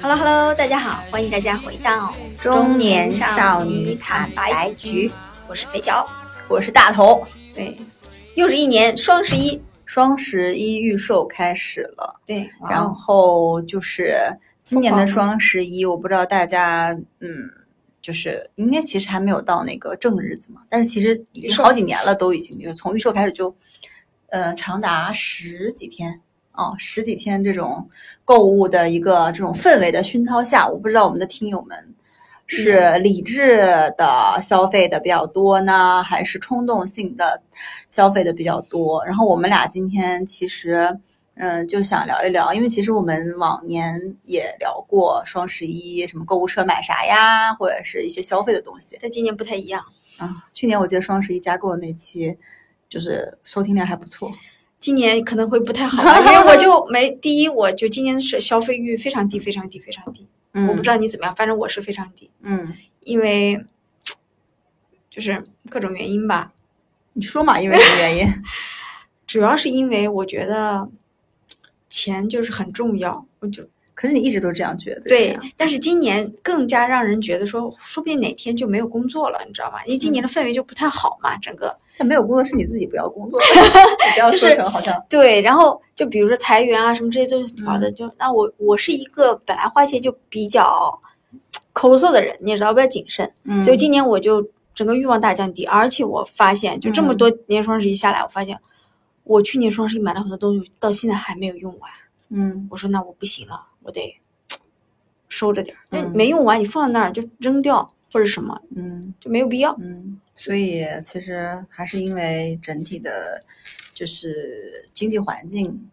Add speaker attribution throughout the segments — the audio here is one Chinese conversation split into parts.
Speaker 1: Hello Hello，大家好，欢迎大家回到
Speaker 2: 中年少女
Speaker 1: 坦
Speaker 2: 坦
Speaker 1: 白
Speaker 2: 白
Speaker 1: 局
Speaker 2: 局，
Speaker 1: 我是肥脚。
Speaker 2: 我是大头。
Speaker 1: 对，又是一年双十一。
Speaker 2: 双十一预售开始了，
Speaker 1: 对，然
Speaker 2: 然
Speaker 1: 后
Speaker 2: 后就是今年的
Speaker 1: 哦疯狂
Speaker 2: 双十一，我不知道大家，嗯，就是应该其实还没有到那个正日子嘛，但是其实已
Speaker 1: 预
Speaker 2: 经
Speaker 1: 售
Speaker 2: 好几年了，都已经就是从预售开始就，呃，长达十几天。哦，十几天这种购物的一个这种氛围的熏陶下，我不知道我们的听友们
Speaker 1: 嗯
Speaker 2: 是理智的消费的比较多呢，还是冲动性的消费的比较多？然后我们俩今天其实，嗯，就想聊一聊，因为其实我们往年也聊过双十一什么购物车买啥呀，或者是一些消费的东西
Speaker 1: 但今年不太一样，
Speaker 2: 啊。去年我记得双十一加购的那期，就是收听量还不错。
Speaker 1: 今年可能会不太好 吧，因为我就没第一，我就今年是消费欲非常低，非常低，非常低。
Speaker 2: 嗯，
Speaker 1: 我不知
Speaker 2: 道，
Speaker 1: 道你怎么样，反正我是非常低，
Speaker 2: 嗯，
Speaker 1: 因为就是各种原因吧，
Speaker 2: 你说嘛，因为什么原因？
Speaker 1: 主要是因为我觉得钱就是很重要，我就
Speaker 2: 可是你一直都这样觉得，
Speaker 1: 对
Speaker 2: 呀，
Speaker 1: 但是今年更加让人觉得说，说不定哪天就没有工作了，你知道吗？因为今年
Speaker 2: 嗯
Speaker 1: 的氛围就不太好嘛，整个
Speaker 2: 但没有工作是你自己不要工 作，你不要
Speaker 1: 就
Speaker 2: 说
Speaker 1: 是
Speaker 2: 成好像，
Speaker 1: 对，然后就比如说裁员啊什么这些都搞
Speaker 2: 嗯
Speaker 1: 的就，那我我是一个本来花钱就比较抠搜的人，你也知道，比较谨慎，
Speaker 2: 嗯
Speaker 1: 所以今年我就整个欲望大降低，而且我发现就这
Speaker 2: 嗯
Speaker 1: 么多年双十一下来，我发现我去年双十一买了很多东西，到现在还没有用完。
Speaker 2: 嗯
Speaker 1: 我说那我不行了，我得收着点儿，但
Speaker 2: 嗯
Speaker 1: 没用完你放在那儿就扔掉或者什么
Speaker 2: 嗯。
Speaker 1: 就没有必要。
Speaker 2: 嗯，所以其实还是因为整体的，就是经济环境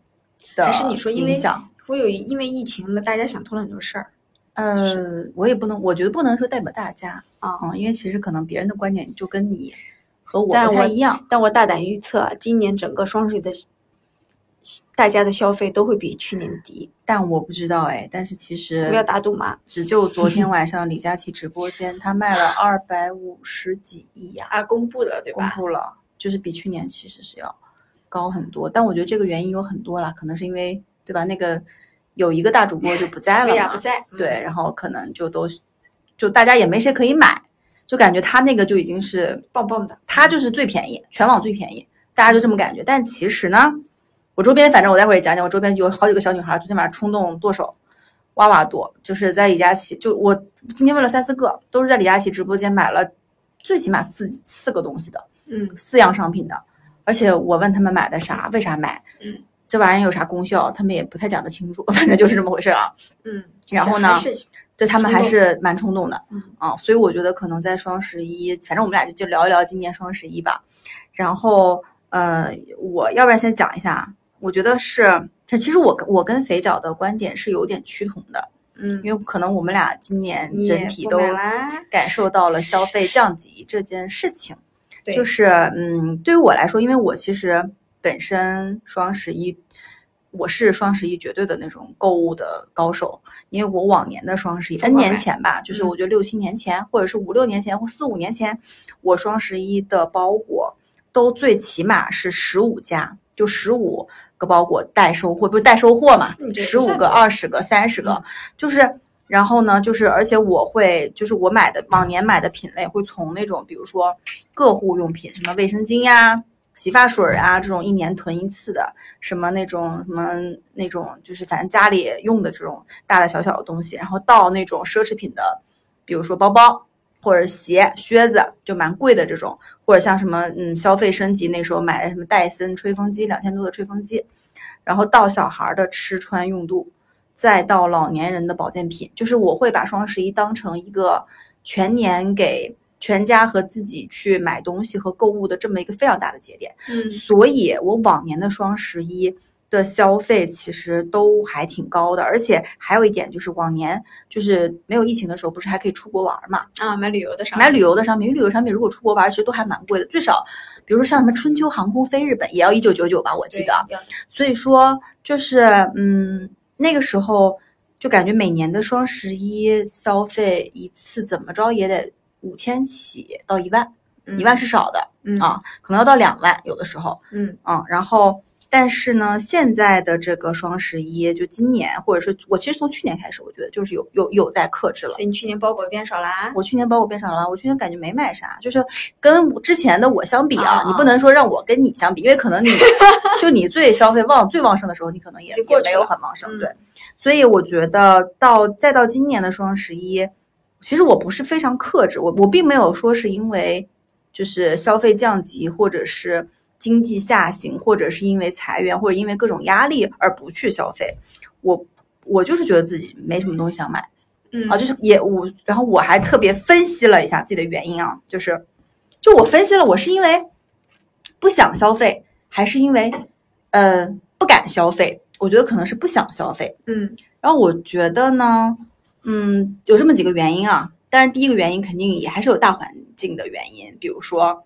Speaker 2: 的
Speaker 1: 还是你说因为
Speaker 2: 影响。
Speaker 1: 会有因为疫情呢，大家想通了很多事儿
Speaker 2: 呃，我也不能，我觉得不能说代表大家，
Speaker 1: 啊。
Speaker 2: 嗯，因为其实可能别人的观点就跟你和我
Speaker 1: 但
Speaker 2: 不
Speaker 1: 我
Speaker 2: 太一样，
Speaker 1: 但我大胆预测啊，今年整个双十一的大家的消费都会比去年低，
Speaker 2: 但我不知道哎，但是其实
Speaker 1: 不要打赌嘛。
Speaker 2: 只就昨天晚上李佳琦直播间，他卖了二百五十几亿呀、
Speaker 1: 啊，公布了对
Speaker 2: 公？布了，就是比去年其实是要高很多。但我觉得这个原因有很多啦，可能是因为对吧？那个有一个大主播就 不在了
Speaker 1: 薇娅
Speaker 2: 嘛
Speaker 1: 不，在，
Speaker 2: 对，，然后可能就都就大家也没谁可以买，就感觉他那个就已经是
Speaker 1: 嗯棒棒的。
Speaker 2: 他就是最便宜，全网最便宜，大家就这么感觉。但其实呢，我周边反正我待会儿也讲讲，我周边有好几个小女孩昨天晚上冲动剁手，哇哇剁，就是在李佳琦，就我今天问了三四个，都是在李佳琦直播间买了最起码四四个东西的。
Speaker 1: 嗯，
Speaker 2: 四样商品的，而且我问他们买的啥，为啥买，
Speaker 1: 嗯，
Speaker 2: 这玩意儿有啥功效，他们也不太讲得清楚，反正就是这么回事儿啊。
Speaker 1: 嗯，
Speaker 2: 然后呢
Speaker 1: 还是
Speaker 2: 对他们
Speaker 1: 冲
Speaker 2: 还
Speaker 1: 动
Speaker 2: 是蛮冲动的，
Speaker 1: 嗯
Speaker 2: 啊，所以我觉得可能在双十一，反正我们俩就就聊一聊今年双十一吧。然后，呃，我要不然先讲一下，我觉得是，这其实我跟我跟肥脚的观点是有点趋同的，
Speaker 1: 嗯，
Speaker 2: 因为可能我们俩今年
Speaker 1: 你
Speaker 2: 整
Speaker 1: 也
Speaker 2: 体
Speaker 1: 不
Speaker 2: 都
Speaker 1: 买啦
Speaker 2: 感受到了消费降级这件事情。
Speaker 1: 对
Speaker 2: 就是嗯，对于我来说，因为我其实本身双十一，我是双十一绝对的那种购物的高手，因为我往年的双十一
Speaker 1: 疯
Speaker 2: N
Speaker 1: 狂
Speaker 2: 年
Speaker 1: 买
Speaker 2: 前吧，就是
Speaker 1: 嗯
Speaker 2: 我觉得六七年前，或者是五六年前或四五年前，我双十一的包裹都最起码是十五家，就十五个包裹代收货，不是代收货嘛
Speaker 1: 嗯，对
Speaker 2: 十
Speaker 1: 不
Speaker 2: 五
Speaker 1: 算
Speaker 2: 个、
Speaker 1: 多
Speaker 2: 二十个、三十个
Speaker 1: 嗯，
Speaker 2: 就是。然后呢，就是而且我会，就是我买的往年买的品类会从那种，比如说个护用品，什么卫生巾呀、洗发水啊这种一年囤一次的，什么那种什么那种，就是反正家里用的这种大大小小的东西，然后到那种奢侈品的，比如说包包或者鞋、靴子，就蛮贵的这种，或者像什么嗯消费升级那时候买的什么戴森吹风机，两千多的吹风机，然后到小孩儿的吃穿用度，再到老年人的保健品，就是我会把双十一当成一个全年给全家和自己去买东西和购物的这么一个非常大的节点。
Speaker 1: 嗯
Speaker 2: 所以我往年的双十一的消费其实都还挺高的，而且还有一点就是往年就是没有疫情的时候，不是还可以出国玩儿嘛？
Speaker 1: 啊，买旅游的啥？
Speaker 2: 买旅游的商品，因为旅游商品如果出国玩儿，其实都还蛮贵的，最少比如说像什么春秋航空飞日本也要一九九九吧，我记
Speaker 1: 对
Speaker 2: 得。
Speaker 1: 要
Speaker 2: 所以说就是嗯，那个时候就感觉每年的双十一消费一次怎么着也得五千起到一万，一万是少的、啊
Speaker 1: 嗯
Speaker 2: 啊，可能要到两万有的时候。
Speaker 1: 嗯
Speaker 2: 嗯，然后但是呢，现在的这个双十一，就今年或者是我其实从去年开始，我觉得就是有有有在克制了。
Speaker 1: 所以你去年包裹变少啦。
Speaker 2: 我去年包裹变少了，我去年感觉没买啥，就是跟我之前的我相比啊，
Speaker 1: 啊
Speaker 2: 你不能说让我跟你相比，因为 可能你就你最消费旺最旺盛的时候，你可能也
Speaker 1: 已经过
Speaker 2: 也
Speaker 1: 去
Speaker 2: 没有
Speaker 1: 了
Speaker 2: 很旺盛，
Speaker 1: 嗯
Speaker 2: 对。所以我觉得到再到今年的双十一，其实我不是非常克制，我我并没有说是因为就是消费降级或者是。经济下行，或者是因为裁员，或者因为各种压力而不去消费，我我就是觉得自己没什么东西想买，
Speaker 1: 嗯
Speaker 2: 啊，就是也我，然后我还特别分析了一下自己的原因啊，就是，就我分析了，我是因为不想消费，还是因为呃不敢消费？我觉得可能是不想消费。
Speaker 1: 嗯
Speaker 2: 然后我觉得呢，嗯，有这么几个原因啊。但是第一个原因肯定也还是有大环境的原因，比如说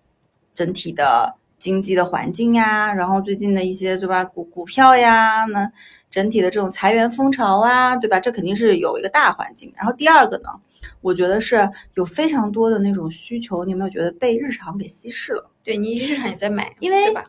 Speaker 2: 整体的经济的环境呀，然后最近的一些对吧股股票呀，那整体的这种裁员风潮啊，对吧？这肯定是有一个大环境。然后第二个呢，我觉得是有非常多的那种需求，你有没有觉得被日常给稀释了？
Speaker 1: 对你日常也在买，
Speaker 2: 因为
Speaker 1: 对吧？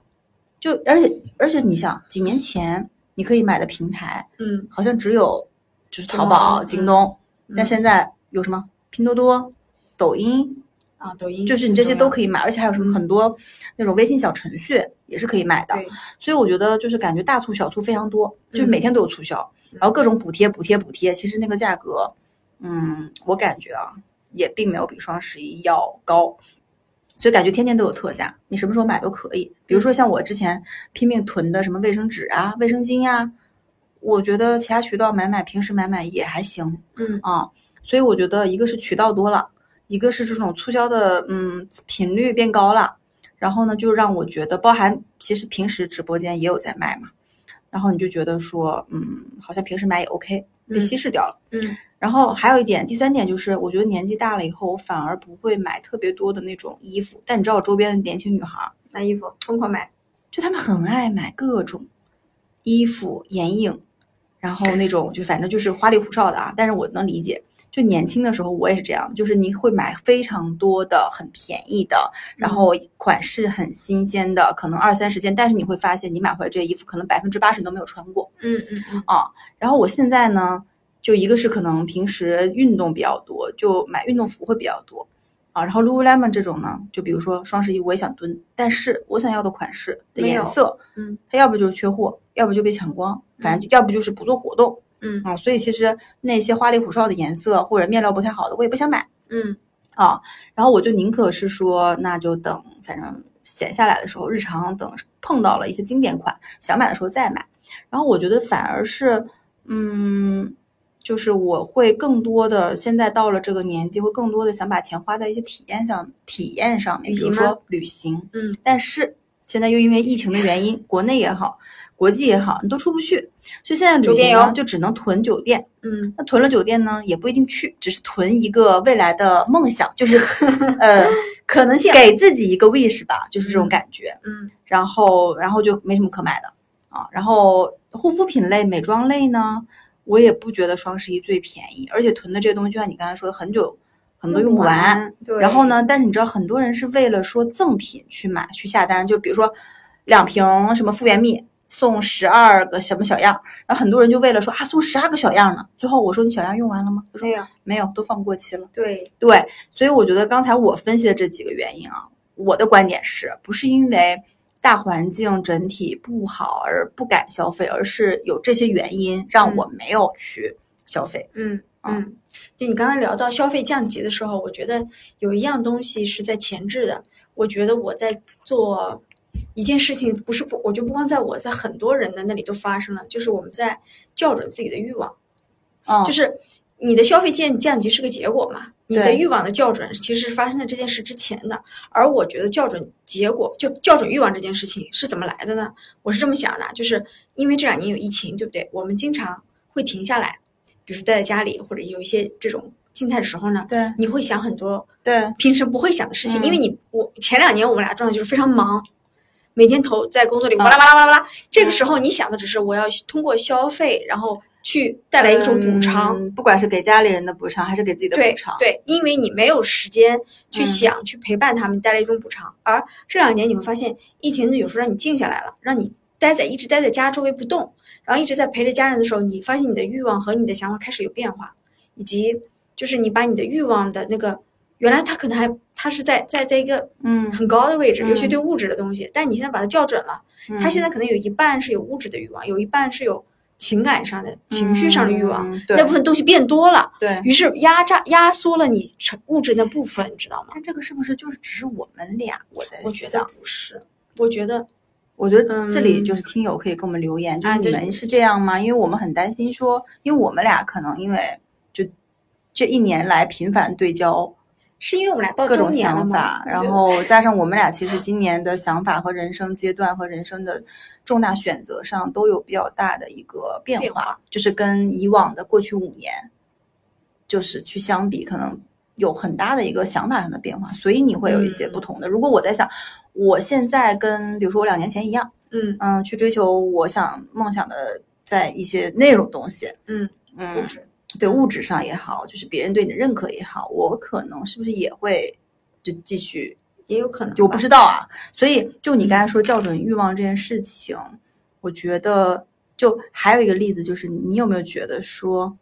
Speaker 2: 就而且而且你想，几年前你可以买的平台
Speaker 1: 嗯，
Speaker 2: 好像只有就是淘
Speaker 1: 京
Speaker 2: 宝、
Speaker 1: 东
Speaker 2: 京
Speaker 1: 嗯
Speaker 2: 东，
Speaker 1: 嗯
Speaker 2: 但现在有什么拼多多、抖音，
Speaker 1: 啊，抖音
Speaker 2: 就是你这些都可
Speaker 1: 以
Speaker 2: 以买，而且还有什么
Speaker 1: 嗯
Speaker 2: 很多那种微信小程序也是可以买的。
Speaker 1: 对，
Speaker 2: 所以我觉得就是感觉大促小促非常多，就是
Speaker 1: 嗯
Speaker 2: 每天都有促销，然后各种补贴补贴补贴，其实那个价格，嗯，我感觉啊也并没有比双十一要高。所以感觉天天都有特价，你什么时候买都可以。比如说像我之前拼命囤的什么卫生纸啊、卫生巾呀、我觉得其他渠道买买，平时买买也还行。
Speaker 1: 嗯
Speaker 2: 啊，所以我觉得一个是渠道多了，一个是这种促销的嗯频率变高了，然后呢就让我觉得，包含其实平时直播间也有在卖嘛，然后你就觉得说嗯好像平时买也 OK，被
Speaker 1: 嗯
Speaker 2: 稀释掉了。
Speaker 1: 嗯
Speaker 2: 然后还有一点，第三点就是，我觉得年纪大了以后，我反而不会买特别多的那种衣服。但你知道，我周边的年轻女孩儿，
Speaker 1: 买衣服疯狂买，
Speaker 2: 就她们很爱买各种衣服、眼影，然后那种就反正就是花里胡哨的啊。但是我能理解，就年轻的时候我也是这样，就是你会买非常多的很便宜的，然后款式很新鲜的，可能二三十件，但是你会发现你买回来这些衣服，可能百分之八十都没有穿过。
Speaker 1: 嗯嗯嗯
Speaker 2: 然后我现在呢，就一个是可能平时运动比较多，就买运动服会比较多啊。然后 Lululemon 这种呢，就比如说双十一我也想蹲，但是我想要的款式的
Speaker 1: 没有
Speaker 2: 颜色，
Speaker 1: 嗯，
Speaker 2: 它要不就是缺货，要不就被抢光，反正就要不就是不做活动
Speaker 1: 嗯
Speaker 2: 啊。所以其实那些花里胡哨的颜色或者面料不太好的，我也不想买。
Speaker 1: 嗯
Speaker 2: 啊，然后我就宁可是说，那就等反正闲下来的时候，日常等碰到了一些经典款，想买的时候再买。然后我觉得反而是，嗯，就是我会更多的，现在到了这个年纪，会更多的想把钱花在一些体验上、体验上面，
Speaker 1: 旅
Speaker 2: 比如
Speaker 1: 行吗
Speaker 2: 说旅行。
Speaker 1: 嗯，
Speaker 2: 但是现在又因为疫情的原因，国内也好，国际也好，你都出不去，所以现在旅
Speaker 1: 周边
Speaker 2: 行呢
Speaker 1: 游
Speaker 2: 就只能囤酒店。
Speaker 1: 嗯
Speaker 2: 那囤了酒店呢，也不一定去，只是囤一个未来的梦想，就是呃 可能性，给自己一个 wish 吧，就是这种
Speaker 1: 嗯
Speaker 2: 感觉。
Speaker 1: 嗯
Speaker 2: 然后，然后就没什么可买的啊。然后护肤品类、美妆类呢，我也不觉得双十一最便宜，而且囤的这些东西，就像你刚才说，的，很久很多用不完。，
Speaker 1: 对，
Speaker 2: 然后呢，但是你知道，很多人是为了说赠品去买去下单，就比如说两瓶什么复原蜜送十二个什么小样儿，然后很多人就为了说啊送十二个小样呢。最后我说你小样用完了吗？他说
Speaker 1: 没有，
Speaker 2: 没有，都放过期了。
Speaker 1: 对，
Speaker 2: 对，所以我觉得刚才我分析的这几个原因啊，我的观点是不是因为大环境整体不好而不敢消费，而是有这些原因让我没有去消费。
Speaker 1: 嗯
Speaker 2: 啊
Speaker 1: 嗯，就你刚才聊到消费降级的时候，我觉得有一样东西是在前置的。我觉得我在做一件事情，不是不，我就不光在我，在很多人的那里都发生了，就是我们在校准自己的欲望，
Speaker 2: 嗯，
Speaker 1: 就是是你的消费降降级是个结果嘛，你的
Speaker 2: 对
Speaker 1: 欲望的校准其实是发生在这件事之前的。而我觉得校准结果，就校准欲望这件事情是怎么来的呢？我是这么想的，就是因为这两年有疫情，对不对？我们经常会停下来，比如说待在家里，或者有一些这种静态的时候呢，
Speaker 2: 对
Speaker 1: 你会想很多
Speaker 2: 对
Speaker 1: 平时不会想的事情，
Speaker 2: 嗯
Speaker 1: 因为你我前两年我们俩状态就是非常忙。每天投在工作里，
Speaker 2: 啊
Speaker 1: 巴拉巴拉巴拉巴拉。这个
Speaker 2: 嗯
Speaker 1: 时候，你想的只是我要通过消费，然后去带来一种补偿，
Speaker 2: 嗯不管是给家里人的补偿，还是给自己的补
Speaker 1: 对
Speaker 2: 偿。
Speaker 1: 对，因为你没有时间去
Speaker 2: 嗯
Speaker 1: 想、去陪伴他们，带来一种补偿。而这两年你会发现，疫情有时候让你静下来了，让你待在一直待在家周围不动，然后一直在陪着家人的时候，你发现你的欲望和你的想法开始有变化，以及就是你把你的欲望的那个原来它可能还它是在在在一个
Speaker 2: 嗯
Speaker 1: 很高的位置，
Speaker 2: 嗯
Speaker 1: 尤其对物质的东西，但你现在把它校准了，它现在可能有一半是有物质的欲望，有一半是有情感上的情绪上的欲望，，
Speaker 2: 嗯
Speaker 1: 那部
Speaker 2: 对
Speaker 1: 分东西变多了，
Speaker 2: 对。
Speaker 1: 于是压榨压缩了你成物质那部分，你知道吗？
Speaker 2: 但这个是不是就是只是我们俩？我在
Speaker 1: 我觉得
Speaker 2: 想
Speaker 1: 不是，我觉得
Speaker 2: 我觉得这里
Speaker 1: 嗯
Speaker 2: 就是听友可以给我们留言，
Speaker 1: 啊
Speaker 2: 就
Speaker 1: 就
Speaker 2: 是你
Speaker 1: 是
Speaker 2: 们是这样吗？因为我们很担心说，因为我们俩可能因为就这一年来频繁对焦
Speaker 1: 是因为我们俩到
Speaker 2: 各
Speaker 1: 中
Speaker 2: 种
Speaker 1: 年了
Speaker 2: 想
Speaker 1: 嘛
Speaker 2: 法，，然后加上我们俩其实今年的想法和人生阶段和人生的重大选择上都有比较大的一个变化，
Speaker 1: 变化
Speaker 2: 就是跟以往的过去五年，就是去相比，可能有很大的一个想法上的变化，所以你会有一
Speaker 1: 嗯
Speaker 2: 些不同的。如果我在想，我现在跟比如说我两年前一样，
Speaker 1: 嗯
Speaker 2: 嗯，去追求我想梦想的在一些内容东西，
Speaker 1: 嗯，
Speaker 2: 嗯
Speaker 1: 物，质
Speaker 2: 对物质上也好，就是别人对你的认可也好，我可能是不是也会就继续
Speaker 1: 也有可能吧，
Speaker 2: 我不知道啊。所以就你刚才说校准欲望这件事情，我觉得就还有一个例子，就是你有没有觉得说，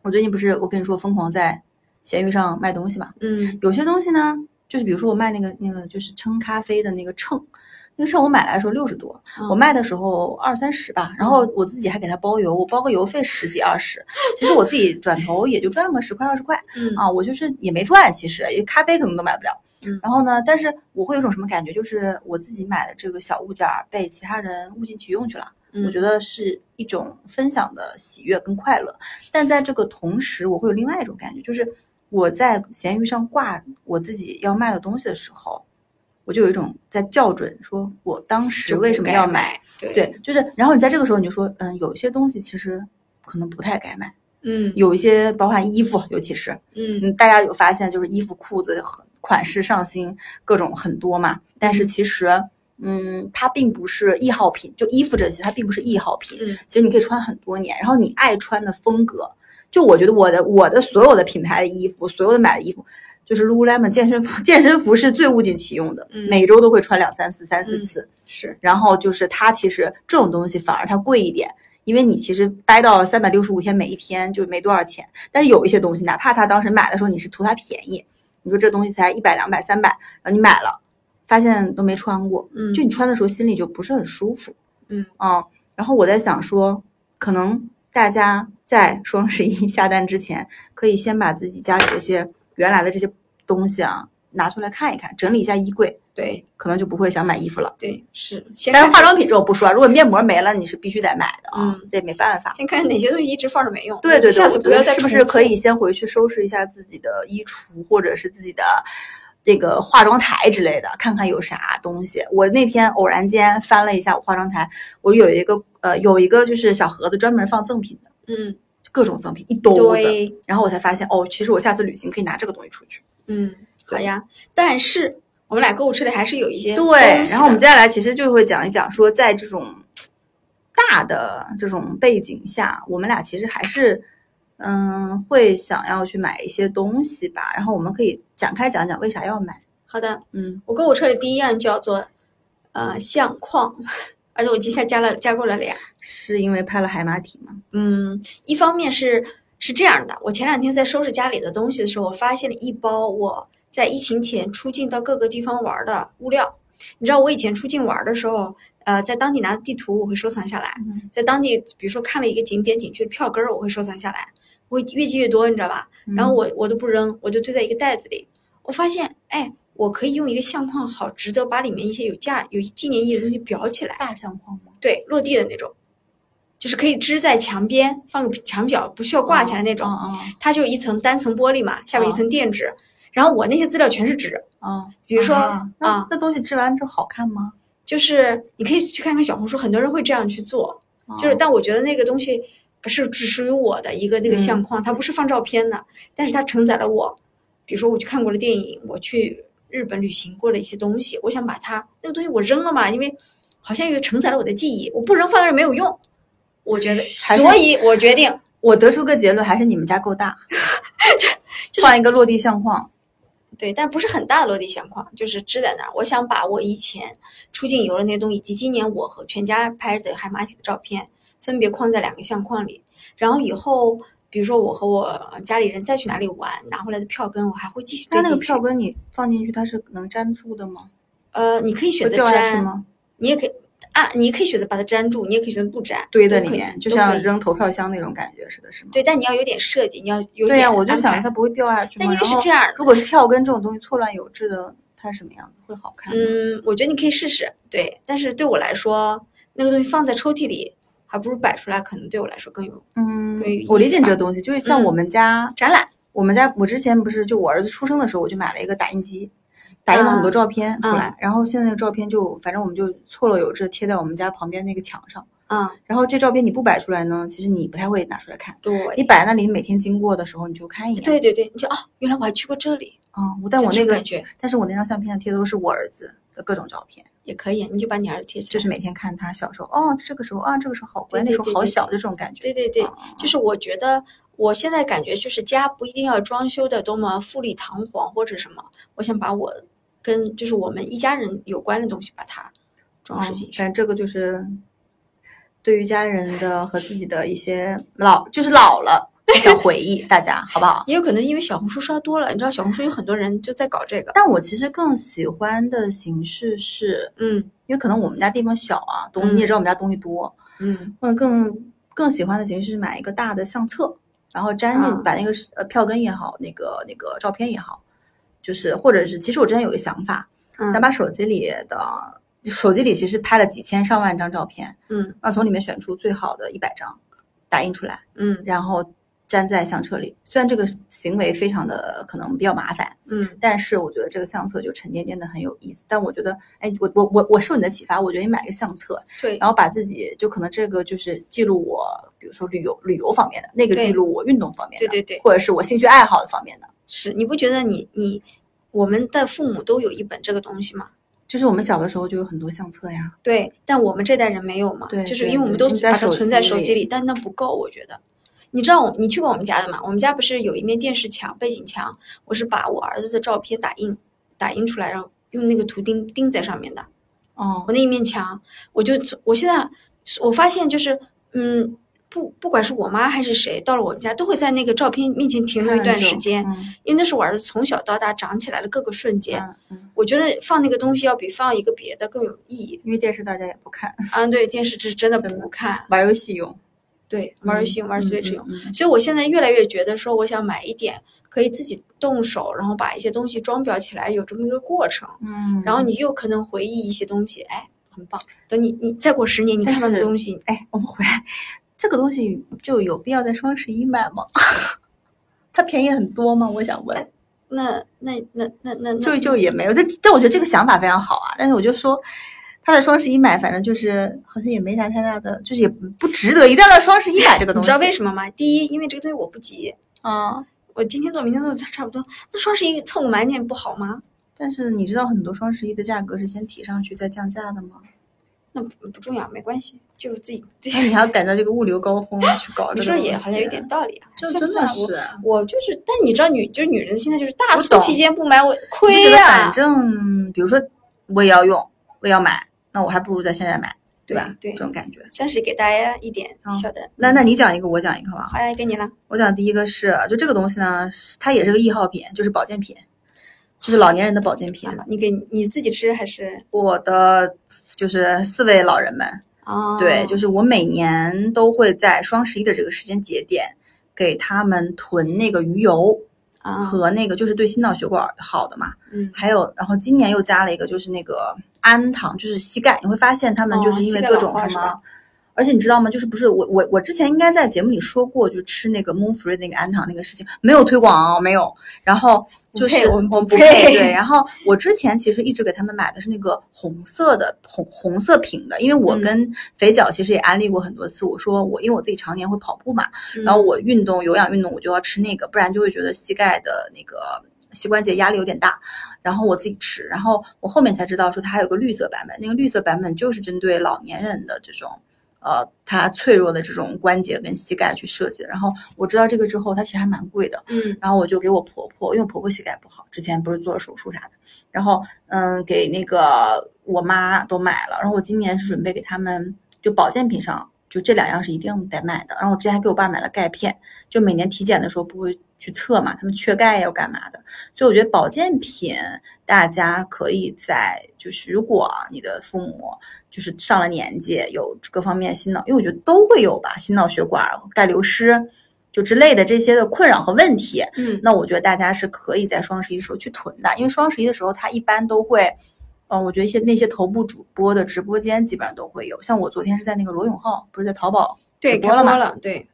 Speaker 2: 我最近不是我跟你说疯狂在闲鱼上卖东西嘛？
Speaker 1: 嗯
Speaker 2: 有些东西呢，就是比如说我卖那个那个就是称咖啡的那个秤。那个秤我买来的时候六十多，
Speaker 1: 嗯
Speaker 2: 我卖的时候二三十吧，然后我自己还给它包邮，我包个邮费十几二十，其实我自己转头也就赚个十块二十块，
Speaker 1: 嗯
Speaker 2: 啊，我就是也没赚，其实也咖啡可能都买不了。
Speaker 1: 嗯
Speaker 2: 然后呢，但是我会有一种什么感觉，就是我自己买的这个小物件儿被其他人物尽其用去了，
Speaker 1: 嗯
Speaker 2: 我觉得是一种分享的喜悦跟快乐。但在这个同时，我会有另外一种感觉，就是我在闲鱼上挂我自己要卖的东西的时候，我就有一种在校准，说我当时
Speaker 1: 就
Speaker 2: 为
Speaker 1: 不
Speaker 2: 什么
Speaker 1: 该
Speaker 2: 要买
Speaker 1: 买？对
Speaker 2: 对，就是，然后你在这个时候你就说，嗯，有些东西其实可能不太该买，
Speaker 1: 嗯
Speaker 2: 有一些包含衣服，尤其是，
Speaker 1: 嗯
Speaker 2: 嗯，大家有发现就是衣服、裤子很款式上新，各种很多嘛。但是其实，嗯，它并不是易耗品，就衣服这些它并不是易耗品。
Speaker 1: 嗯
Speaker 2: 其实你可以穿很多年，然后你爱穿的风格，就我觉得我的我的所有的品牌的衣服，所有的买的衣服。就是 Lululemon 健身服，健身服是最物尽其用的，
Speaker 1: 嗯
Speaker 2: 每周都会穿两三次、三四次。
Speaker 1: 是
Speaker 2: 然后就是它其实这种东西反而它贵一点，因为你其实掰到三百六十五天，每一天就没多少钱。但是有一些东西，哪怕它当时买的时候你是图它便宜，你说这东西才一百、两百、三百，然后你买了，发现都没穿过，
Speaker 1: 嗯
Speaker 2: 就你穿的时候心里就不是很舒服。
Speaker 1: 嗯
Speaker 2: 啊，然后我在想说，可能大家在双十一 下单之前，可以先把自己家里这些原来的这些东西啊拿出来看一看，整理一下衣柜，
Speaker 1: 对
Speaker 2: 可能就不会想买衣服了。
Speaker 1: 对是，先
Speaker 2: 但是
Speaker 1: 看
Speaker 2: 化妆品这种不说啊，如果面膜没了，你是必须得买的啊，
Speaker 1: 嗯
Speaker 2: 这没办法。
Speaker 1: 先看哪些东西一直放着没用，
Speaker 2: 对对对，
Speaker 1: 下次
Speaker 2: 我
Speaker 1: 不
Speaker 2: 觉得
Speaker 1: 要再
Speaker 2: 是不
Speaker 1: 重
Speaker 2: 是可
Speaker 1: 复
Speaker 2: 以先回去收拾一下自己的衣橱，或者是自己的这个化妆台之类的，看看有啥东西。我那天偶然间翻了一下我化妆台，我有一个呃有一个就是小盒子专门放赠品的，
Speaker 1: 嗯
Speaker 2: 各种赠品一兜子，
Speaker 1: 对
Speaker 2: 然后我才发现哦，其实我下次旅行可以拿这个东西出去。
Speaker 1: 嗯好
Speaker 2: 对
Speaker 1: 呀，但是我们俩购物车里还是有一些
Speaker 2: 对，
Speaker 1: 东西
Speaker 2: 然后我们
Speaker 1: 的
Speaker 2: 接下来其实就会讲一讲说，在这种大的这种背景下，我们俩其实还是嗯会想要去买一些东西吧。然后我们可以展开讲讲为啥要买。
Speaker 1: 好的，
Speaker 2: 嗯，
Speaker 1: 我购物车里第一样叫做呃相框， 而且我一下加了加购了俩，
Speaker 2: 是因为拍了海马体吗？
Speaker 1: 嗯，一方面是是这样的，我前两天在收拾家里的东西的时候，我发现了一包我在疫情前出境到各个地方玩的物料。你知道我以前出境玩的时候，呃，在当地拿地图我会收藏下来，
Speaker 2: 嗯
Speaker 1: 在当地比如说看了一个景点景区的票根儿，我会收藏下来，我会越积越多，你知道吧？然后我
Speaker 2: 嗯
Speaker 1: 我都不扔，我就堆在一个袋子里。我发现，哎，我可以用一个相框，好值得把里面一些有价、有纪念意义的东西裱起来。
Speaker 2: 大相框吗？
Speaker 1: 对，落地的那种，就是可以支在墙边，放个墙角，不需要挂起来那种。
Speaker 2: 嗯
Speaker 1: 它就一层单层玻璃嘛，下面一
Speaker 2: 哦
Speaker 1: 层垫纸，然后我那些资料全是纸，
Speaker 2: 嗯嗯，
Speaker 1: 比如说
Speaker 2: 啊那
Speaker 1: 啊
Speaker 2: 那东西织完之后好看吗？
Speaker 1: 就是你可以去看看小红书，很多人会这样去做，就是
Speaker 2: 哦
Speaker 1: 但我觉得那个东西是只属于我的一个那个
Speaker 2: 嗯
Speaker 1: 相框，它不是放照片的，但是它承载了我，比如说我去看过的电影，我去日本旅行过的一些东西，我想把它那个东西我扔了嘛，因为好像又承载了我的记忆，我不扔放那儿没有用，我觉得，
Speaker 2: 还是
Speaker 1: 所以我决定
Speaker 2: 我得出个结论，还是你们家够大，换一个落地相框。
Speaker 1: 对，但不是很大的落地相框，就是支在那儿。我想把我以前出境游的那些东西，以及今年我和全家拍的海马体的照片，分别框在两个相框里。然后以后，比如说我和我家里人再去哪里玩，拿回来的票根，我还会继续堆
Speaker 2: 它那个
Speaker 1: 进去
Speaker 2: 票，根你放进去，它是能粘住的吗？
Speaker 1: 呃，你可以选
Speaker 2: 会
Speaker 1: 择
Speaker 2: 掉下去
Speaker 1: 粘，
Speaker 2: 吗？
Speaker 1: 你也可以啊，你可以选择把它粘住，你也可以选择不粘，
Speaker 2: 堆在
Speaker 1: 都
Speaker 2: 里
Speaker 1: 可以
Speaker 2: 面，就
Speaker 1: 都可
Speaker 2: 像
Speaker 1: 以
Speaker 2: 扔投票箱那种感觉似的，是吗？
Speaker 1: 对，但你要有点设计，你要有点
Speaker 2: 对呀、我就
Speaker 1: 安
Speaker 2: 想
Speaker 1: 排
Speaker 2: 着它不会掉下去嘛。
Speaker 1: 但因为是
Speaker 2: 然后
Speaker 1: 这样的
Speaker 2: 如果是票根这种东西错乱有致的，它是什么样子会好看吗？
Speaker 1: 嗯，我觉得你可以试试，对。但是对我来说，那个东西放在抽屉里，还不如摆出来，可能对我来说更有
Speaker 2: 嗯
Speaker 1: 对嗯于
Speaker 2: 我理
Speaker 1: 意思
Speaker 2: 解你
Speaker 1: 吧
Speaker 2: 这个东西，就是像我们家，
Speaker 1: 展览。
Speaker 2: 我们家我之前不是就我儿子出生的时候，我就买了一个打印机，打印了很
Speaker 1: 啊
Speaker 2: 多照片出
Speaker 1: 嗯
Speaker 2: 来，然后现在那个照片就反正我们就错落有致地贴在我们家旁边那个墙上。
Speaker 1: 嗯，
Speaker 2: 然后这照片你不摆出来呢，其实你不太会拿出来看。你
Speaker 1: 对，
Speaker 2: 摆在那里，每天经过的时候你就看一眼。
Speaker 1: 对对对，你就哦，原来我还去过这里，
Speaker 2: 啊、我但
Speaker 1: 就
Speaker 2: 我
Speaker 1: 这
Speaker 2: 那
Speaker 1: 种
Speaker 2: 个
Speaker 1: 感觉
Speaker 2: 但是我那张相片上贴的都是我儿子的各种照片，
Speaker 1: 也可以，你就把你儿子贴起来。
Speaker 2: 就是每天看他小时候，哦，这个时候啊，这个时候好乖，
Speaker 1: 对
Speaker 2: 那
Speaker 1: 对
Speaker 2: 时候
Speaker 1: 对
Speaker 2: 好
Speaker 1: 对
Speaker 2: 小，就这种感觉。
Speaker 1: 对对对
Speaker 2: 啊，
Speaker 1: 就是我觉得我现在感觉就是家不一定要装修的多么富丽堂皇或者什么，我想把我跟就是我们一家人有关的东西把它装饰进去。
Speaker 2: 反嗯正这个就是对于家人的和自己的一些老，就是老了小回忆，大家好不好？
Speaker 1: 也有可能因为小红书刷多了，你知道小红书有很多人就在搞这个，
Speaker 2: 但我其实更喜欢的形式是，
Speaker 1: 嗯
Speaker 2: 因为可能我们家地方小啊，东、
Speaker 1: 嗯
Speaker 2: 你也知道我们家东西多，
Speaker 1: 嗯
Speaker 2: 嗯，更更喜欢的形式是买一个大的相册，然后粘进、
Speaker 1: 啊
Speaker 2: 把那个呃票根也好，那个那个照片也好，就是或者是，其实我之前有个想法，
Speaker 1: 嗯
Speaker 2: 想把手机里的手机里其实拍了几千上万张照片，
Speaker 1: 嗯
Speaker 2: 要从里面选出最好的一百张，打印出来，
Speaker 1: 嗯
Speaker 2: 然后粘在相册里。虽然这个行为非常的可能比较麻烦，
Speaker 1: 嗯，
Speaker 2: 但是我觉得这个相册就沉甸甸的很有意思。但我觉得，哎，我我我我受你的启发，我觉得你买个相册，
Speaker 1: 对，
Speaker 2: 然后把自己就可能这个就是记录我，比如说旅游旅游方面的，那个
Speaker 1: 对
Speaker 2: 记录我运动方面的，
Speaker 1: 对对对
Speaker 2: 或者是我兴趣爱好的方面的。
Speaker 1: 是你不觉得你你我们的父母都有一本这个东西吗？
Speaker 2: 就是我们小的时候就有很多相册呀，
Speaker 1: 对，但我们这代人没有嘛，
Speaker 2: 对
Speaker 1: 就是
Speaker 2: 对
Speaker 1: 因为我们
Speaker 2: 对
Speaker 1: 都
Speaker 2: 你
Speaker 1: 把
Speaker 2: 在
Speaker 1: 它
Speaker 2: 手
Speaker 1: 存在
Speaker 2: 机
Speaker 1: 手
Speaker 2: 里
Speaker 1: 机里，但那不够，我觉得。你知道我你去过我们家的吗？我们家不是有一面电视墙背景墙，我是把我儿子的照片打印打印出来，然后用那个图钉钉在上面的。
Speaker 2: 哦，
Speaker 1: 我那一面墙，我就我现在我发现就是嗯。不，不管是我妈还是谁，到了我们家都会在那个照片面前停留一段时间，
Speaker 2: 嗯
Speaker 1: 因为那是我儿子从小到大长起来的各个瞬间。
Speaker 2: 嗯嗯，
Speaker 1: 我觉得放那个东西要比放一个别的更有意义。
Speaker 2: 因为电视大家也不看，
Speaker 1: 啊，对，电视是真的
Speaker 2: 真的
Speaker 1: 不看，
Speaker 2: 玩游戏用，
Speaker 1: 对，玩游戏用，玩 Switch 用。
Speaker 2: 用。嗯嗯
Speaker 1: 所以我现在越来越觉得说，我想买一点可以自己动手，然后把一些东西装裱起来，有这么一个过程。
Speaker 2: 嗯，
Speaker 1: 然后你又可能回忆一些东西，哎，很棒。等你你再过十年，你
Speaker 2: 但
Speaker 1: 看到的
Speaker 2: 是
Speaker 1: 东西，
Speaker 2: 哎，我们回来，这个东西就有必要在双十一买吗？ 它便宜很多吗？我想问，
Speaker 1: 那那那那那那
Speaker 2: 就就也没有，但但我觉得这个想法非常好啊。但是我就说，他在双十一买，反正就是好像也没啥太大的，就是也不值得一定要在双十一买这个
Speaker 1: 你
Speaker 2: 东西。
Speaker 1: 知道为什么吗？第一，因为这个东西我不急，
Speaker 2: 啊？
Speaker 1: 我今天做，明天做，差差不多。那双十一凑个满减不好吗？
Speaker 2: 但是你知道很多双十一的价格是先提上去再降价的吗？
Speaker 1: 那不不重要，没关系，就自己自己
Speaker 2: 那。你还要赶在这个物流高峰去哎搞这个
Speaker 1: 你
Speaker 2: 东西？
Speaker 1: 说也好像有点，道理啊，
Speaker 2: 这
Speaker 1: 算
Speaker 2: 真
Speaker 1: 不算
Speaker 2: 的
Speaker 1: 了我
Speaker 2: 是。
Speaker 1: 我就是，但你知道女就是女人现在就是大
Speaker 2: 我
Speaker 1: 促
Speaker 2: 懂
Speaker 1: 期间不买我
Speaker 2: 我
Speaker 1: 亏
Speaker 2: 觉得
Speaker 1: 呀、
Speaker 2: 反正比如说我也要用，我也要买，那我还不如在现在买，
Speaker 1: 对
Speaker 2: 吧？
Speaker 1: 对
Speaker 2: 这种感觉。
Speaker 1: 算是给大家一点小的。
Speaker 2: 嗯那那你讲一个，我讲一个好不好？
Speaker 1: 好呀，给你了。
Speaker 2: 我讲第一个是，就这个东西呢，是它也是个易耗品，就是保健品，就是老年人的保健品
Speaker 1: 好。了你给你自己吃还是
Speaker 2: 我的就是四位老人们，
Speaker 1: 啊？
Speaker 2: 对，就是我每年都会在双十一的这个时间节点给他们囤那个鱼油
Speaker 1: 啊，
Speaker 2: 和那个就是对心脑血管好的嘛，
Speaker 1: 嗯
Speaker 2: 还有，然后今年又加了一个，就是那个氨糖，就是膝盖，你会发现他们
Speaker 1: 哦
Speaker 2: 就是因为各种
Speaker 1: 膝盖老化
Speaker 2: 什
Speaker 1: 是
Speaker 2: 么
Speaker 1: 吧，
Speaker 2: 而且你知道吗？就是不是我我我之前应该在节目里说过，就吃那个 Moon Free 那个氨糖那个事情，没有推广啊，没有。然后就是
Speaker 1: 不配我们不
Speaker 2: 我不
Speaker 1: 配
Speaker 2: 对。然后我之前其实一直给他们买的是那个红色的红红色瓶的，因为我
Speaker 1: 嗯
Speaker 2: 跟肥脚其实也安利过很多次，我说我因为我自己常年会跑步嘛，然后
Speaker 1: 嗯
Speaker 2: 我运动有氧运动我就要吃那个，不然就会觉得膝盖的那个膝关节压力有点大。然后我自己吃，然后我后面才知道说它还有个绿色版本，那个绿色版本就是针对老年人的这种呃它脆弱的这种关节跟膝盖去设计的。然后我知道这个之后，它其实还蛮贵的。
Speaker 1: 嗯
Speaker 2: 然后我就给我婆婆，因为我婆婆膝盖不好，之前不是做了手术啥的，然后嗯，给那个我妈都买了，然后我今年是准备给他们就保健品上，就这两样是一定得买的。然后我之前还给我爸买了钙片，就每年体检的时候不会去测嘛，他们缺钙要干嘛的，所以我觉得保健品大家可以在就是如果你的父母就是上了年纪有各方面心脑，因为我觉得都会有吧，心脑血管钙流失。就之类的这些的困扰和问题，
Speaker 1: 嗯
Speaker 2: 那我觉得大家是可以在双十一的时候去囤的，因为双十一的时候它一般都会，嗯、我觉得一些那些头部主播的直播间基本上都会有。像我昨天是在那个罗永浩，不是在淘宝，
Speaker 1: 对，
Speaker 2: 直
Speaker 1: 开
Speaker 2: 播了嘛
Speaker 1: 了，对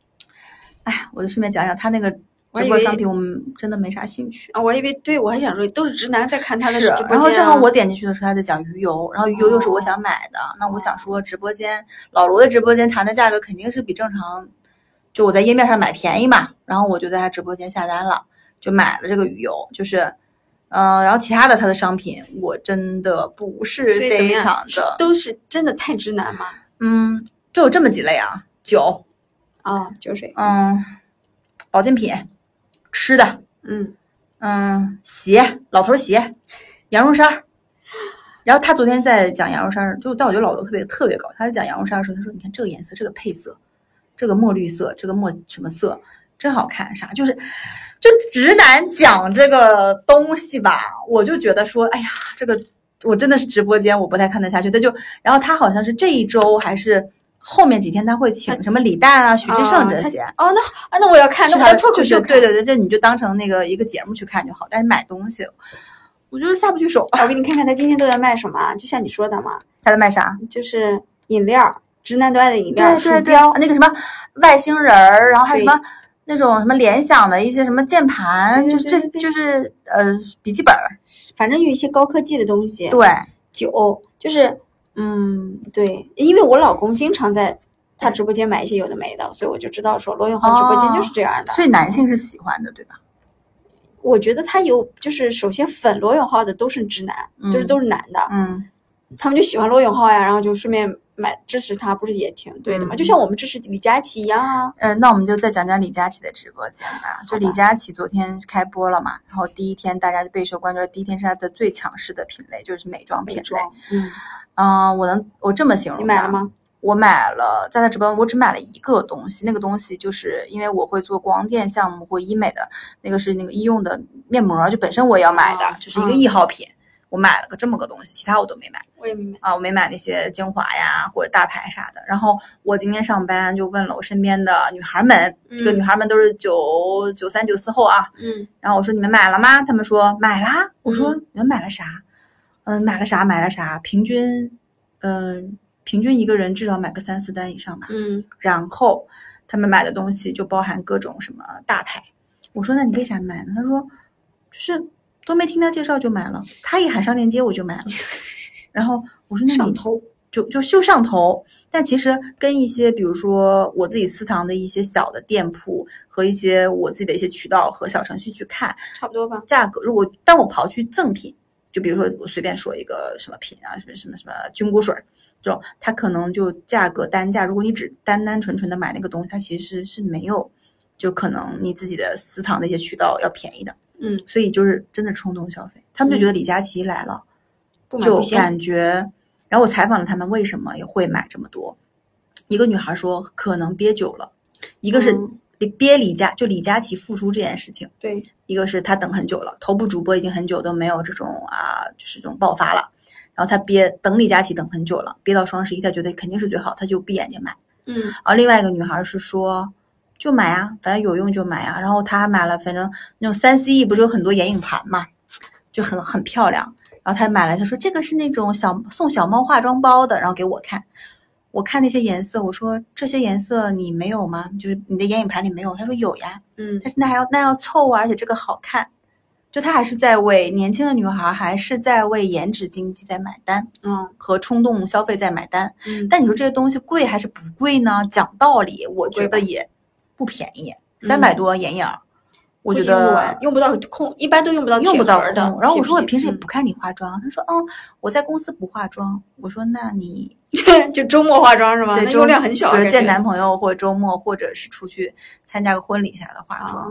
Speaker 2: 哎，我就顺便讲讲他那个
Speaker 1: 我还
Speaker 2: 直
Speaker 1: 以
Speaker 2: 播
Speaker 1: 为
Speaker 2: 商品，我们真的没啥兴趣。
Speaker 1: 啊，我还以为对我还想说都是直男在看他的
Speaker 2: 是
Speaker 1: 直播间啊、
Speaker 2: 然后正好我点进去的时候，他在讲鱼油，然后鱼油又是我想买的，那我想说直播间老罗的直播间谈的价格肯定是比正常，就我在页面上买便宜嘛，然后我就在他直播间下单了，就买了这个鱼油，就是，嗯、然后其他的他的商品我真的不是
Speaker 1: 所以怎么
Speaker 2: 非常
Speaker 1: 样是
Speaker 2: 的，
Speaker 1: 都是真的太直男嘛
Speaker 2: 嗯，就有这么几类啊，酒，
Speaker 1: 啊，酒水，
Speaker 2: 嗯，保健品，吃的，
Speaker 1: 嗯
Speaker 2: 嗯，鞋，老头儿鞋，羊绒衫儿。然后他昨天在讲羊绒衫儿，就但我觉得老罗特别特别搞笑。他在讲羊绒衫儿的时候，他说：“你看这个颜色，这个配色，这个墨绿色，这个墨什么色，真好看。”啥就是，就直男讲这个东西吧，我就觉得说，哎呀，这个我真的是直播间我不太看得下去。他就，然后他好像是这一周还是后面几天他会请什么李诞啊、许志胜这
Speaker 1: 啊他
Speaker 2: 些。
Speaker 1: 哦，那啊那我要看，那
Speaker 2: 是
Speaker 1: 我要
Speaker 2: 他
Speaker 1: 脱口
Speaker 2: 就
Speaker 1: 秀
Speaker 2: 是
Speaker 1: 看
Speaker 2: 对对对，这你就当成那个一个节目去看就好。但是买东西，我就是下不去手。
Speaker 1: 哦我给你看看他今天都在卖什么啊，就像你说的嘛，
Speaker 2: 他在卖啥？
Speaker 1: 就是饮料，直男都爱的饮料，
Speaker 2: 对
Speaker 1: 鼠
Speaker 2: 对，
Speaker 1: 标
Speaker 2: 那个什么外星人儿，然后还有什
Speaker 1: 对
Speaker 2: 么那种什么联想的一些什么键盘，
Speaker 1: 对对
Speaker 2: 就是
Speaker 1: 对
Speaker 2: 这
Speaker 1: 对对
Speaker 2: 就是呃笔记本儿。
Speaker 1: 反正有一些高科技的东西，
Speaker 2: 对，
Speaker 1: 酒就是嗯对，因为我老公经常在他直播间买一些有的没的，所以我就知道说罗永浩直播
Speaker 2: 哦
Speaker 1: 间就是这样的。
Speaker 2: 所以男性是喜欢的，对吧？
Speaker 1: 我觉得他有就是首先粉罗永浩的都是直男，就是
Speaker 2: 嗯
Speaker 1: 都是男的，
Speaker 2: 嗯，
Speaker 1: 他们就喜欢罗永浩呀，然后就顺便买支持他，不是也挺对的吗？
Speaker 2: 嗯
Speaker 1: 就像我们支持李佳琦一样啊。
Speaker 2: 嗯、那我们就再讲讲李佳琦的直播间吧。就
Speaker 1: 好
Speaker 2: 李
Speaker 1: 吧
Speaker 2: 佳琦昨天开播了嘛，然后第一天大家就备受关注，第一天是他的最强势的品类，就是美妆
Speaker 1: 美
Speaker 2: 品类。
Speaker 1: 妆，嗯，
Speaker 2: 嗯、我能我这么形容，啊
Speaker 1: 你买了？吗？
Speaker 2: 我买了，在他直播间我只买了一个东西，那个东西就是因为我会做光电项目或医美的，那个是那个医用的面膜，就本身我也要买的，
Speaker 1: 哦
Speaker 2: 就是一个
Speaker 1: 嗯
Speaker 2: 易耗品，我买了个这么个东西，其他我都没买
Speaker 1: 我也没买。
Speaker 2: 啊，我没买那些精华呀或者大牌啥的。然后我今天上班就问了我身边的女孩们，这个
Speaker 1: 嗯
Speaker 2: 女孩们都是九九三九四后啊，
Speaker 1: 嗯，
Speaker 2: 然后我说你们买了吗？他们说买啦。我说你们买了啥？嗯，买了啥？买了啥？平均，嗯、平均一个人至少买个三四单以上吧。
Speaker 1: 嗯，
Speaker 2: 然后他们买的东西就包含各种什么大牌。我说那你为啥买呢？他说就是都没听他介绍就买了，他一喊上链接我就买了。然后我说那你
Speaker 1: 上头，
Speaker 2: 就就就上头，但其实跟一些比如说我自己私藏的一些小的店铺和一些我自己的一些渠道和小程序去看，
Speaker 1: 差不多吧。
Speaker 2: 价格，如果当我刨去赠品，就比如说我随便说一个什么品啊，什么什么什么菌菇水儿这种，它可能就价格单价，如果你只单单纯纯的买那个东西，它其实是没有，就可能你自己的私藏的一些渠道要便宜的，
Speaker 1: 嗯，
Speaker 2: 所以就是真的冲动消费，他们就觉得李佳琦来了。
Speaker 1: 不买
Speaker 2: 就
Speaker 1: 不行。
Speaker 2: 感觉，然后我采访了他们为什么也会买这么多，一个女孩说可能憋久了，一个是
Speaker 1: 嗯
Speaker 2: 李憋李佳就李佳琦复出这件事情，
Speaker 1: 对，
Speaker 2: 一个是她等很久了，头部主播已经很久都没有这种啊就是这种爆发了，然后她憋等李佳琦等很久了，憋到双十一她觉得肯定是最好，她就闭眼睛买。
Speaker 1: 嗯，
Speaker 2: 然后另外一个女孩是说，就买啊，反正有用就买啊。然后她还买了，反正那种三 C E 不是有很多眼影盘嘛，就很很漂亮。然后她买来，她说这个是那种小送小猫化妆包的，然后给我看。我看那些颜色，我说这些颜色你没有吗？就是你的眼影盘里没有？她说有呀，
Speaker 1: 嗯
Speaker 2: 但是那还要那要凑啊，而且这个好看。就她还是在为年轻的女孩，还是在为颜值经济在买单
Speaker 1: 嗯
Speaker 2: 和冲动消费在买单。
Speaker 1: 嗯，
Speaker 2: 但你说这些东西贵还是不贵呢？讲道理，我觉
Speaker 1: 贵吧
Speaker 2: 得也不便宜，
Speaker 1: 嗯
Speaker 2: 三百多眼影儿，我觉
Speaker 1: 估计用不完
Speaker 2: 得
Speaker 1: 用不到空，一般都用不到
Speaker 2: 用
Speaker 1: 铁
Speaker 2: 不到
Speaker 1: 盒的
Speaker 2: 的。。然后
Speaker 1: 铁
Speaker 2: 我说我
Speaker 1: 皮
Speaker 2: 平时也
Speaker 1: 嗯
Speaker 2: 不看你化妆，他说哦，我在公司不化妆。我说那你
Speaker 1: 就周末化妆是吗？
Speaker 2: 对，
Speaker 1: 那
Speaker 2: 周
Speaker 1: 用量很小啊，
Speaker 2: 就是
Speaker 1: 感
Speaker 2: 见
Speaker 1: 觉
Speaker 2: 男朋友或者周末，或者是出去参加个婚礼下的化妆。
Speaker 1: 啊，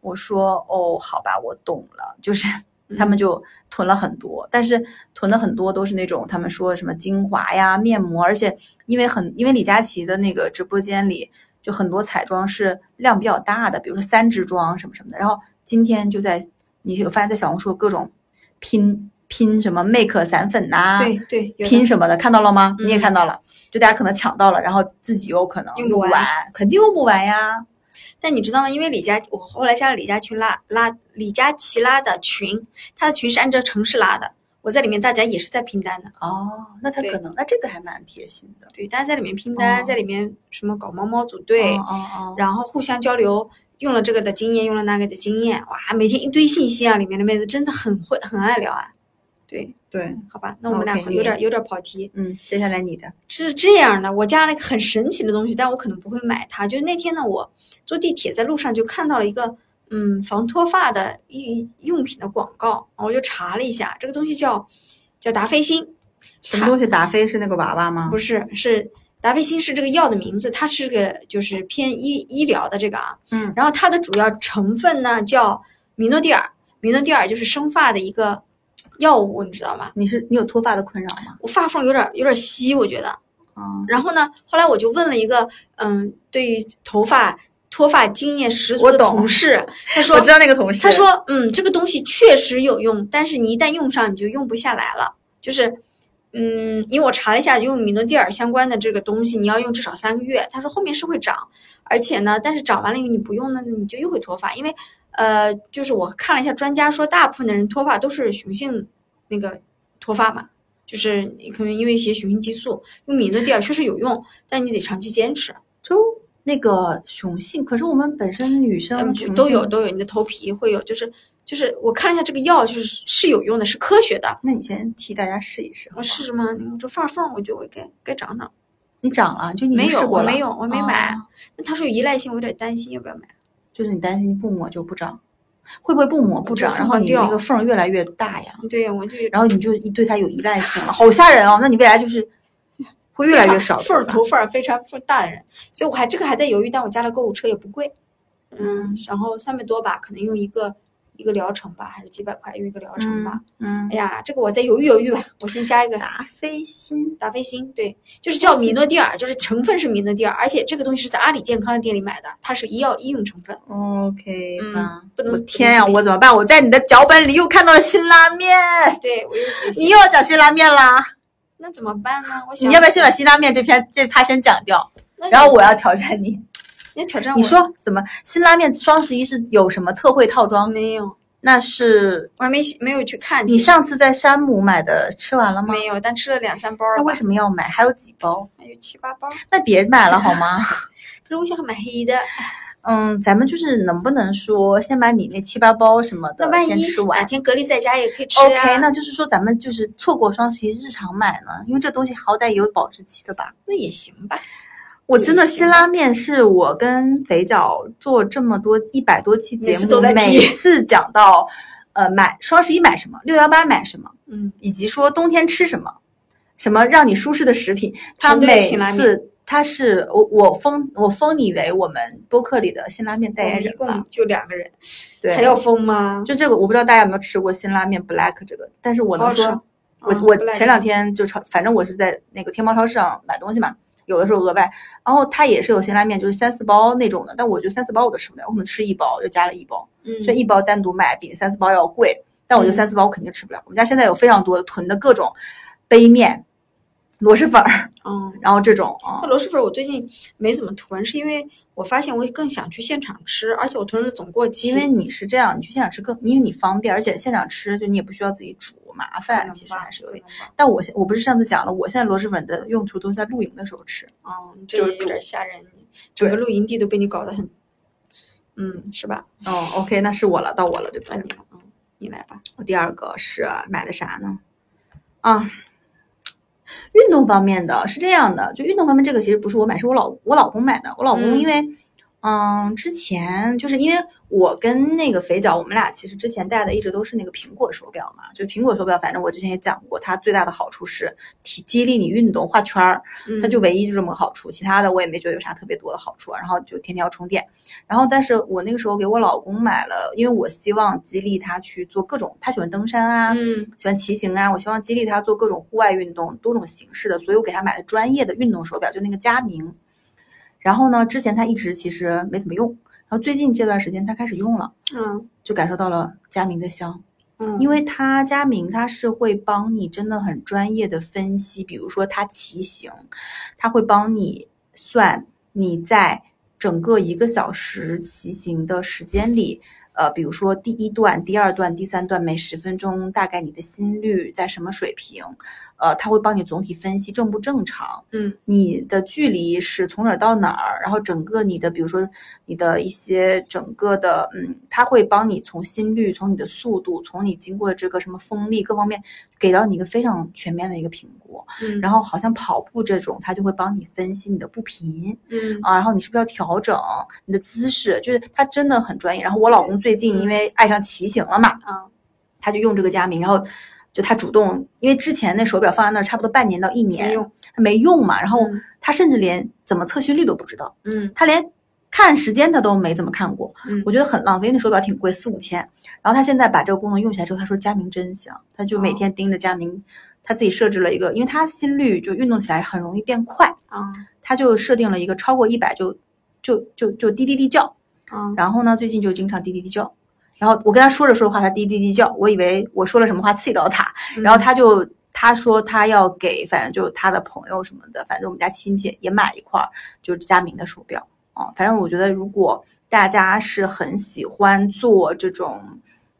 Speaker 2: 我说哦，好吧，我懂了，就是
Speaker 1: 嗯
Speaker 2: 他们就囤了很多，但是囤了很多都是那种他们说什么精华呀、面膜，而且因为很因为李佳琦的那个直播间里就很多彩妆是量比较大的，比如说三支装什么什么的，然后今天就在你有发现，在小红书各种拼拼什么 make 散粉呐、
Speaker 1: 对对，有的
Speaker 2: 拼什么的，看到了吗？
Speaker 1: 嗯
Speaker 2: 你也看到了，就大家可能抢到了，然后自己有可能
Speaker 1: 用不完
Speaker 2: 完，肯定用不完呀。
Speaker 1: 但你知道吗？因为李佳，我后来加了李佳群拉拉李佳琦拉的群，他的群是按照城市拉的，我在里面大家也是在拼单的，
Speaker 2: 哦，那他
Speaker 1: 对
Speaker 2: 可能，那这个还蛮贴心的。
Speaker 1: 对，大家在里面拼单，
Speaker 2: 哦
Speaker 1: 在里面什么搞猫猫组队，
Speaker 2: 哦哦哦，
Speaker 1: 然后互相交流。用了这个的经验，用了那个的经验，哇，每天一堆信息啊！里面的妹子真的很会，很爱聊啊。对，
Speaker 2: 对，
Speaker 1: 好吧，那我们俩
Speaker 2: OK，
Speaker 1: 有点有点跑题。
Speaker 2: 嗯，接下来你的，
Speaker 1: 是这样的，我加了一个很神奇的东西，但我可能不会买它。就是那天呢，我坐地铁在路上就看到了一个嗯防脱发的一用品的广告，然后我就查了一下，这个东西叫叫达霏欣，
Speaker 2: 什么东西？达菲是那个娃娃吗
Speaker 1: 不？是是达霏欣是这个药的名字，它是个就是偏医医疗的这个啊。
Speaker 2: 嗯，
Speaker 1: 然后它的主要成分呢叫米诺地尔，米诺地尔就是生发的一个药物，你知道吗？
Speaker 2: 你是你有脱发的困扰吗？
Speaker 1: 我发缝有点有点稀，我觉得。
Speaker 2: 啊，
Speaker 1: 然后呢，后来我就问了一个，嗯，对于头发脱发经验十足
Speaker 2: 我
Speaker 1: 的
Speaker 2: 懂
Speaker 1: 同 事，他
Speaker 2: 我
Speaker 1: 说
Speaker 2: 知，道那个同事，
Speaker 1: 他说，嗯，这个东西确实有用，但是你一旦用上，你就用不下来了。就是，嗯，因为我查了一下，用米诺地尔相关的这个东西，你要用至少三个月。他说后面是会长，而且呢，但是长完了以后你不用呢，你就又会脱发，因为，呃，就是我看了一下专家说，大部分的人脱发都是雄性那个脱发嘛。就是可能因为一些雄性激素，用米诺地尔确实有用，但你得长期坚持。
Speaker 2: 周那个雄性，可是我们本身女生
Speaker 1: 嗯
Speaker 2: 雄，性
Speaker 1: 都有。都有，你的头皮会有，就是就是我看了一下这个药，就是是有用的，是科学的。
Speaker 2: 那你先替大家试一试好不
Speaker 1: 我
Speaker 2: 好，
Speaker 1: 试试吗？你这发缝，我觉得我该该长长。
Speaker 2: 你长了，就你
Speaker 1: 没有，
Speaker 2: 试过
Speaker 1: 我
Speaker 2: 了
Speaker 1: 没有，我没买
Speaker 2: 哦。
Speaker 1: 那他说有依赖性，我有点担心要不要买。啊
Speaker 2: 就是你担心不抹就不长，会不会不抹不
Speaker 1: 就
Speaker 2: 长，然
Speaker 1: 放
Speaker 2: 后你
Speaker 1: 掉
Speaker 2: 那个缝儿越来越大呀？
Speaker 1: 嗯对呀，我就
Speaker 2: 然后你就一对它有依赖 性了，好吓人哦！那你未来就是会越来越少的
Speaker 1: 缝儿
Speaker 2: 吧
Speaker 1: 头发非常缝儿大的人，所以我还这个还在犹豫，但我加了购物车也不贵，嗯，然后三百多吧，可能用一个一个疗程吧，还是几百块用一个疗程吧。
Speaker 2: 嗯
Speaker 1: 哎，呀，这个我再犹豫犹豫吧，我先加一 个
Speaker 2: 达菲欣
Speaker 1: 达霏欣，对，就是叫米诺地尔，就是成分是米诺地尔，而且这个东西是在阿里健康的店里买的，它是医药医用成分。
Speaker 2: ，OK
Speaker 1: 嗯
Speaker 2: 吧
Speaker 1: 不能不
Speaker 2: 我
Speaker 1: 能
Speaker 2: 天呀，
Speaker 1: 随便
Speaker 2: 我怎么办？我在你的脚本里又看到了辛拉面，
Speaker 1: 对，我又
Speaker 2: 你又要讲辛拉面啦？
Speaker 1: 那怎么办呢？我想
Speaker 2: 你要不要先把辛拉面这篇这趴先讲掉？
Speaker 1: 那你
Speaker 2: 然后我要挑战你，
Speaker 1: 你要挑战我，
Speaker 2: 你说怎么辛拉面双十一是有什么特惠套装？
Speaker 1: 没有？
Speaker 2: 那是
Speaker 1: 我还没没有去看，
Speaker 2: 你
Speaker 1: 其实
Speaker 2: 上次在山姆买的，吃完了吗？
Speaker 1: 没有，但吃了两三包了
Speaker 2: 那
Speaker 1: 吧
Speaker 2: 为，什么要买？还有几包？
Speaker 1: 还有七八包。
Speaker 2: 那别买了好吗？
Speaker 1: 可是我想买黑的，
Speaker 2: 嗯，咱们就是能不能说先把你那七八包什么
Speaker 1: 那
Speaker 2: 的
Speaker 1: 万
Speaker 2: 先
Speaker 1: 一
Speaker 2: 吃
Speaker 1: 哪
Speaker 2: 完
Speaker 1: 天隔离在家也可以吃啊。
Speaker 2: ？OK，那就是说咱们就是错过双十一日常买呢，因为这东西好歹也有保质期的吧。
Speaker 1: 那也行吧。
Speaker 2: 我真的
Speaker 1: 也行
Speaker 2: 辛拉面是我跟肥脚做这么多一百多期节
Speaker 1: 每次
Speaker 2: 目，
Speaker 1: 都在提
Speaker 2: 每次讲到呃买双十一买什么，六幺八买什么，
Speaker 1: 嗯，
Speaker 2: 以及说冬天吃什么，什么让你舒适的食品，他
Speaker 1: 全都有
Speaker 2: 每
Speaker 1: 辛拉面
Speaker 2: 次他是我我封我封你为我们播客里的辛拉面代
Speaker 1: 我
Speaker 2: 言
Speaker 1: 们一
Speaker 2: 人吧
Speaker 1: 共。就两个人，
Speaker 2: 对，
Speaker 1: 还要疯吗？
Speaker 2: 就这个，我不知道大家有没有吃过辛拉面 black 这个，但是我
Speaker 1: 好
Speaker 2: 能
Speaker 1: 好吃
Speaker 2: 说，我
Speaker 1: 嗯
Speaker 2: 我
Speaker 1: 不赖
Speaker 2: 前两天就超，反正我是在那个天猫超市上买东西嘛，有的时候额外，然后它也是有辛拉面，就是三四包那种的，但我就三四包我都吃不了，我可能吃一包就加了一包，
Speaker 1: 嗯，
Speaker 2: 所以一包单独买比三四包要贵，但我就
Speaker 1: 嗯
Speaker 2: 三四包我肯定吃不了。我们家现在有非常多的囤的各种杯面、螺蛳粉儿，
Speaker 1: 嗯，
Speaker 2: 然后这种啊
Speaker 1: 那，螺蛳粉我最近没怎么囤，是因为我发现我更想去现场吃，而且我囤了总过期，
Speaker 2: 因为你是这样，你去现场吃更，因为你方便，而且现场吃就你也不需要自己煮，麻
Speaker 1: 可
Speaker 2: 烦，
Speaker 1: 能
Speaker 2: 其实
Speaker 1: 吧
Speaker 2: 还是有
Speaker 1: 可
Speaker 2: 点。
Speaker 1: 能吧
Speaker 2: 但我现我不是上次讲了，我现在螺蛳粉的用处都是在露营的时候吃。
Speaker 1: 嗯，这
Speaker 2: 就
Speaker 1: 也
Speaker 2: 是
Speaker 1: 有点吓人，整
Speaker 2: 对
Speaker 1: 个露营地都被你搞得很，嗯，是吧？
Speaker 2: 哦，OK，那是我了，到我了，对吧
Speaker 1: 那？你了，嗯，你来吧。
Speaker 2: 我第二个是买的啥呢？啊，运动方面的是这样的，就运动方面这个其实不是我买，是我老我老公买的。我老公
Speaker 1: 嗯
Speaker 2: 因为嗯，之前就是因为我跟那个肥脚，我们俩其实之前戴的一直都是那个苹果手表嘛，就苹果手表，反正我之前也讲过，它最大的好处是提激励你运动画圈儿，
Speaker 1: 嗯
Speaker 2: 它就唯一就这么个好处，其他的我也没觉得有啥特别多的好处啊。然后就天天要充电，然后但是我那个时候给我老公买了，因为我希望激励他去做各种，他喜欢登山啊，
Speaker 1: 嗯
Speaker 2: 喜欢骑行啊，我希望激励他做各种户外运动，多种形式的，所以我给他买了专业的运动手表，就那个佳明。然后呢，之前他一直其实没怎么用，然后最近这段时间他开始用了，
Speaker 1: 嗯
Speaker 2: 就感受到了佳明的香，
Speaker 1: 嗯，
Speaker 2: 因
Speaker 1: 为
Speaker 2: 为他佳明他是会帮你真的很专业的分析，比如说他骑行，他会帮你算你在整个一个小时骑行的时间里，呃，比如说第一段、第二段、第三段每十分钟大概你的心率在什么水平，呃，他会帮你总体分析正不正常，
Speaker 1: 嗯，
Speaker 2: 你的距离是从哪儿到哪儿，然后整个你的比如说你的一些整个的，嗯，他会帮你从心率、从你的速度、从你经过的这个什么风力各方面，给到你一个非常全面的一个评估。
Speaker 1: 嗯
Speaker 2: 然后好像跑步这种，它就会帮你分析你的步频
Speaker 1: 嗯
Speaker 2: 啊，然后你是不是要调整你的姿势，就是它真的很专业。然后我老公最近因为爱上骑行了嘛，
Speaker 1: 啊
Speaker 2: 他就用这个佳明，然后就他主动，因为之前那手表放在那儿差不多半年到一年
Speaker 1: 没，用
Speaker 2: 他没用嘛，然后
Speaker 1: 嗯
Speaker 2: 他甚至连怎么测心率都不知道，
Speaker 1: 嗯
Speaker 2: 他连看时间他都没怎么看过，
Speaker 1: 嗯
Speaker 2: 我觉得很浪费，因为那手表挺贵，四五千。然后他现在把这个功能用起来之后，他说佳明真香，他就每
Speaker 1: 哦
Speaker 2: 天盯着佳明，他自己设置了一个，因为他心率就运动起来很容易变快，
Speaker 1: 啊
Speaker 2: 他就设定了一个超过一百就就就就滴滴滴叫，
Speaker 1: 啊
Speaker 2: 然后呢最近就经常滴滴滴叫。然后我跟他说着说着话，他滴滴滴叫，我以为我说了什么话气到他，
Speaker 1: 嗯
Speaker 2: 然后他就他说他要给，反正就是他的朋友什么的，反正我们家亲戚也买一块儿，就是佳明的手表啊。反正我觉得，如果大家是很喜欢做这种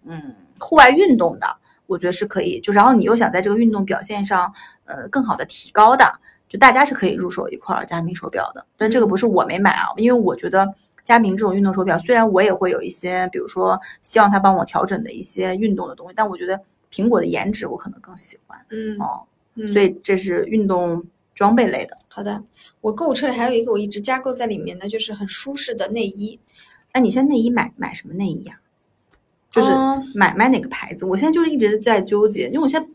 Speaker 2: 嗯户外运动的，我觉得是可以。就然后你又想在这个运动表现上呃更好的提高的，就大家是可以入手一块儿佳明手表的。但这个不是我没买啊，因为我觉得。佳明这种运动手表，虽然我也会有一些，比如说希望它帮我调整的一些运动的东西，但我觉得苹果的颜值我可能更喜欢
Speaker 1: 嗯
Speaker 2: 哦，
Speaker 1: 嗯，
Speaker 2: 所以这是运动装备类的。
Speaker 1: 好的，我购物车里还有一个我一直加购在里面的，就是很舒适的内衣，
Speaker 2: 那你现在内衣买买什么内衣呀、就是
Speaker 1: 嗯
Speaker 2: 买买哪个牌子？我现在就是一直在纠结，因为我现在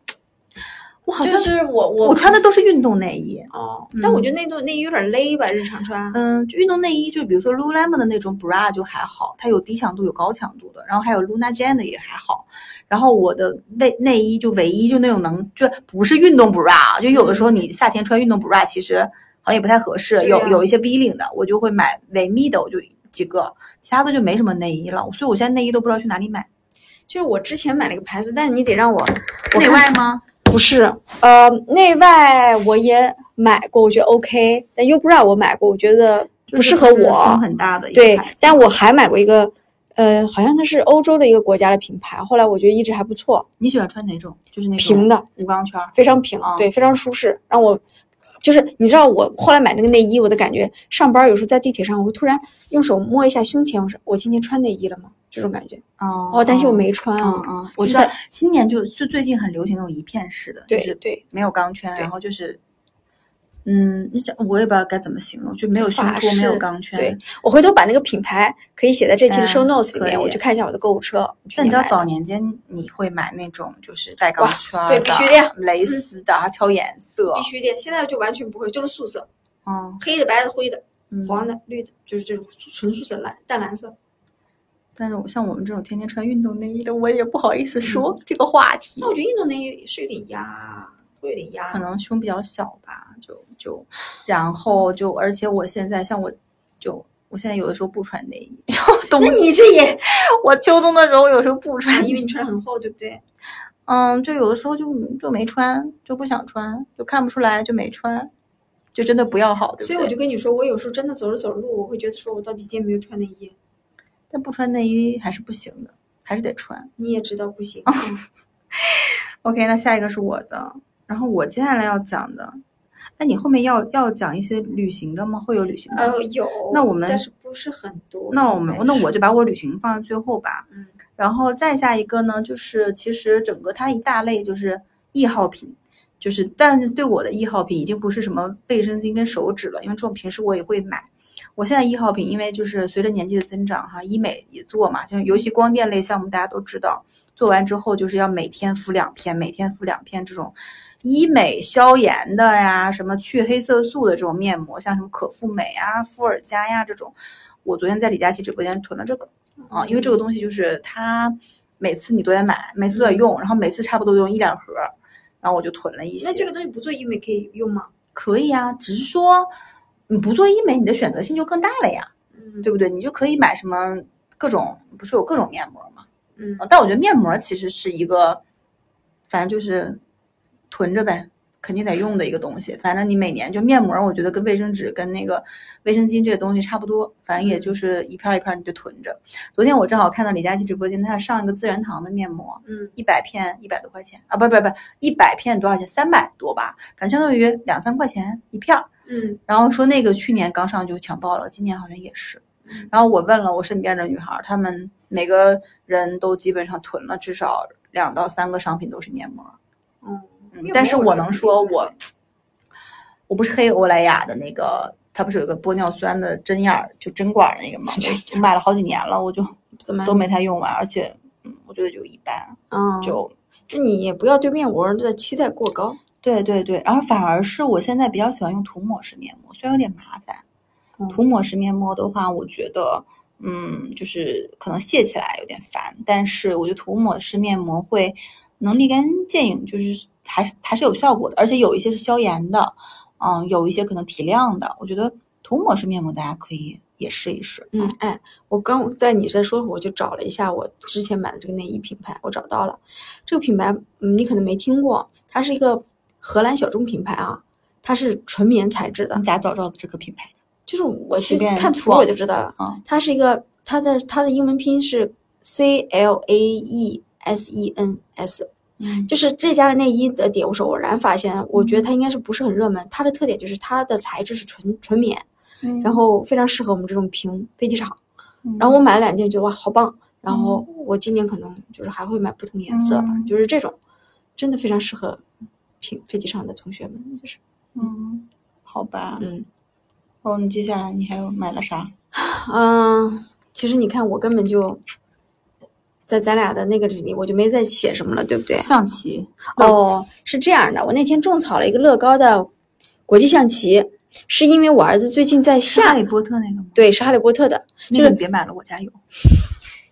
Speaker 2: 我好像
Speaker 1: 就是我我
Speaker 2: 我穿的都是运动内衣，
Speaker 1: 哦
Speaker 2: 嗯，
Speaker 1: 但我觉得那段内衣有点勒吧，日常穿。
Speaker 2: 嗯，就运动内衣，就比如说 Lululemon 的那种 bra 就还好，它有低强度有高强度的，然后还有 Luna Jane 的也还好。然后我的内内衣就唯一就那种能，就不是运动 bra，就有的时候你夏天穿运动 bra 其实好像也不太合适，
Speaker 1: 对
Speaker 2: 有
Speaker 1: 呀
Speaker 2: 有一些 V 领的，我就会买维密的，我就几个，其他的就没什么内衣了。所以我现在内衣都不知道去哪里买，
Speaker 1: 就是我之前买了个牌子，但是你得让我我
Speaker 2: 内
Speaker 1: 看
Speaker 2: 外吗？
Speaker 1: 不是，呃，内外我也买过，我觉得 OK，但 U bra 我买过，我觉得
Speaker 2: 就
Speaker 1: 不适
Speaker 2: 是
Speaker 1: 合
Speaker 2: 是风
Speaker 1: 我。
Speaker 2: 很大的一个
Speaker 1: 对
Speaker 2: 牌子，
Speaker 1: 但我还买过一个，呃，好像它是欧洲的一个国家的品牌，后来我觉得一直还不错，
Speaker 2: 你喜欢穿哪种？就是那种
Speaker 1: 平的，
Speaker 2: 无钢圈儿。
Speaker 1: 非常平，
Speaker 2: 啊
Speaker 1: 对，非常舒适，让我。就是你知道我后来买那个内衣，我的感觉上班有时候在地铁上，我会突然用手摸一下胸前，我说我今天穿内衣了吗？这种感觉。
Speaker 2: 哦
Speaker 1: 哦，担心我没穿
Speaker 2: 嗯
Speaker 1: 啊。
Speaker 2: 嗯，我
Speaker 1: 就
Speaker 2: 知道
Speaker 1: 在
Speaker 2: 新年就就最近很流行那种一片式的，就
Speaker 1: 对
Speaker 2: 是
Speaker 1: 对，
Speaker 2: 没有钢圈，
Speaker 1: 对
Speaker 2: 然后就是，嗯，你讲我也不知道该怎么形容，就没有胸
Speaker 1: 法
Speaker 2: 托，没有
Speaker 1: 式
Speaker 2: 钢圈。
Speaker 1: 对，我回头把那个品牌可以写在这期的
Speaker 2: 嗯
Speaker 1: show notes 里
Speaker 2: 可
Speaker 1: 面，我
Speaker 2: 以
Speaker 1: 去看一下我的购物车。我去
Speaker 2: 但你知道
Speaker 1: 买
Speaker 2: 早年间你会买那种就是带钢
Speaker 1: 哇
Speaker 2: 圈儿的，
Speaker 1: 对必须的呀
Speaker 2: 蕾丝的，还挑颜色，
Speaker 1: 嗯必须的，现在就完全不会，就是素色，
Speaker 2: 嗯，
Speaker 1: 黑的、白的、灰的、
Speaker 2: 嗯
Speaker 1: 黄的、绿的，就是这种纯素色蓝、淡蓝色。
Speaker 2: 但是我像我们这种天天穿运动内衣的，我也不好意思说这个话
Speaker 1: 嗯
Speaker 2: 题
Speaker 1: 那，我觉得运动内衣是有点压，会有点压
Speaker 2: 可。能胸比较小吧，就就，然后就，而且我现在像我，就我现在有的时候不穿内衣，就冬
Speaker 1: 那你这 也，
Speaker 2: 我秋冬的时候有时候不穿，
Speaker 1: 因为你穿的很厚，对不对？
Speaker 2: 嗯，就有的时候就就没穿，就不想穿，就看不出来就没穿，就真的不要好，对不
Speaker 1: 所以我
Speaker 2: 对
Speaker 1: 就跟你说，我有时候真的走着走着路，我会觉得说我到底今天没有穿内衣。
Speaker 2: 但不穿内衣还是不行的，还是得穿。
Speaker 1: 你也知道不行，
Speaker 2: OK，那下一个是我的，然后我接下来要讲的，那你后面要要讲一些旅行的吗？会有旅行的吗？
Speaker 1: 呃，有，
Speaker 2: 那我们
Speaker 1: 但是不是很多。
Speaker 2: 那我
Speaker 1: 应
Speaker 2: 们
Speaker 1: 该
Speaker 2: 那
Speaker 1: 是
Speaker 2: 我就把我旅行放在最后吧。
Speaker 1: 嗯
Speaker 2: 然后再下一个呢，就是其实整个它一大类就是易耗品，就是 E 但是对我的易耗品已经不是什么卫生巾跟手纸了，因为这种平时我也会买。我现在一号品，因为就是随着年纪的增长哈，医美也做嘛，像尤其光电类项目，大家都知道，做完之后就是要每天敷两片，每天敷两片这种医美消炎的呀，什么去黑色素的这种面膜，像什么可复美啊、肤尔佳呀这种，我昨天在李佳琦直播间囤了这个啊，因为这个东西就是它每次你都得买，每次都得用，然后每次差不多用一两盒，然后我就囤了一些。
Speaker 1: 那这个东西不做医美可以用吗？
Speaker 2: 可以啊，只是说你不做医美，你的选择性就更大了呀，
Speaker 1: 嗯
Speaker 2: 对不对？你就可以买什么各种，不是有各种面膜嘛？
Speaker 1: 嗯
Speaker 2: 呃但我觉得面膜其实是一个，反正就是囤着呗，肯定得用的一个东西。反正你每年就面膜，我觉得跟卫生纸、跟那个卫生巾这些东西差不多，反正也就是一片儿一片儿你就囤着。昨天我正好看到李佳琦直播间，他上一个自然堂的面膜，
Speaker 1: 嗯，
Speaker 2: 一百片一百多块钱啊，不不不，一百片多少钱？三百多吧，反正相当于两三块钱一片儿。
Speaker 1: 嗯
Speaker 2: 然后说那个去年刚上就抢爆了，今年好像也是
Speaker 1: 嗯。
Speaker 2: 然后我问了我身边的女孩儿，她们每个人都基本上囤了至少两到三个商品都是面膜。
Speaker 1: 嗯，
Speaker 2: 嗯
Speaker 1: 面，
Speaker 2: 但
Speaker 1: 膜
Speaker 2: 是
Speaker 1: 我
Speaker 2: 我
Speaker 1: 觉得
Speaker 2: 能
Speaker 1: 是
Speaker 2: 说
Speaker 1: 必备
Speaker 2: 我，我不是黑欧莱雅的那个，它不是有一个玻尿酸的针眼儿，就针管儿那 个吗？我买了好几年了，我就
Speaker 1: 怎么
Speaker 2: 都没太用完，而且嗯，我觉得就一般，
Speaker 1: 嗯，
Speaker 2: 就。
Speaker 1: 就你也不要对面膜的期待过高。
Speaker 2: 对对对，然后反而是我现在比较喜欢用涂抹式面膜，虽然有点麻烦。
Speaker 1: 嗯
Speaker 2: 涂抹式面膜的话，我觉得，嗯，就是可能卸起来有点烦，但是我觉得涂抹式面膜会能立竿见影，就是还是还是有效果的，而且有一些是消炎的，嗯，有一些可能提亮的，我觉得涂抹式面膜大家可以也试一试。
Speaker 1: 嗯，哎，我刚在你这说，我就找了一下我之前买的这个内衣品牌，我找到了。这个品牌，嗯，你可能没听过，它是一个荷兰小众品牌啊，它是纯棉材质的
Speaker 2: 你，啊咋找到这个品牌的？
Speaker 1: 就是我去
Speaker 2: 随便
Speaker 1: 看图
Speaker 2: 逛
Speaker 1: 我就知道了。
Speaker 2: 啊
Speaker 1: 它是一个，它的它的英文拼音是 C L A E S E N S，
Speaker 2: 嗯，
Speaker 1: 就是这家的内衣的点，我是偶然发现，我觉得它应该是不是很热门。它的特点就是它的材质是纯纯棉，然后非常适合我们这种平飞机场。
Speaker 2: 嗯，
Speaker 1: 然后我买了两件，觉得哇好棒。然后我今年可能就是还会买不同颜色吧，
Speaker 2: 嗯
Speaker 1: 就是这种，真的非常适合平飞机上的同学们，就是
Speaker 2: 嗯，好吧，
Speaker 1: 嗯
Speaker 2: 哦，你接下来你还有买了啥？
Speaker 1: 嗯，其实你看我根本就在咱俩的那个里，我就没再写什么了，对不对？
Speaker 2: 象棋。
Speaker 1: 哦，是这样的，我那天种草了一个乐高的国际象棋，是因为我儿子最近在
Speaker 2: 是哈
Speaker 1: 下
Speaker 2: 利波特那个吗？
Speaker 1: 对是哈利波特的，
Speaker 2: 那
Speaker 1: 就
Speaker 2: 个
Speaker 1: 是
Speaker 2: 你别买了，我家有。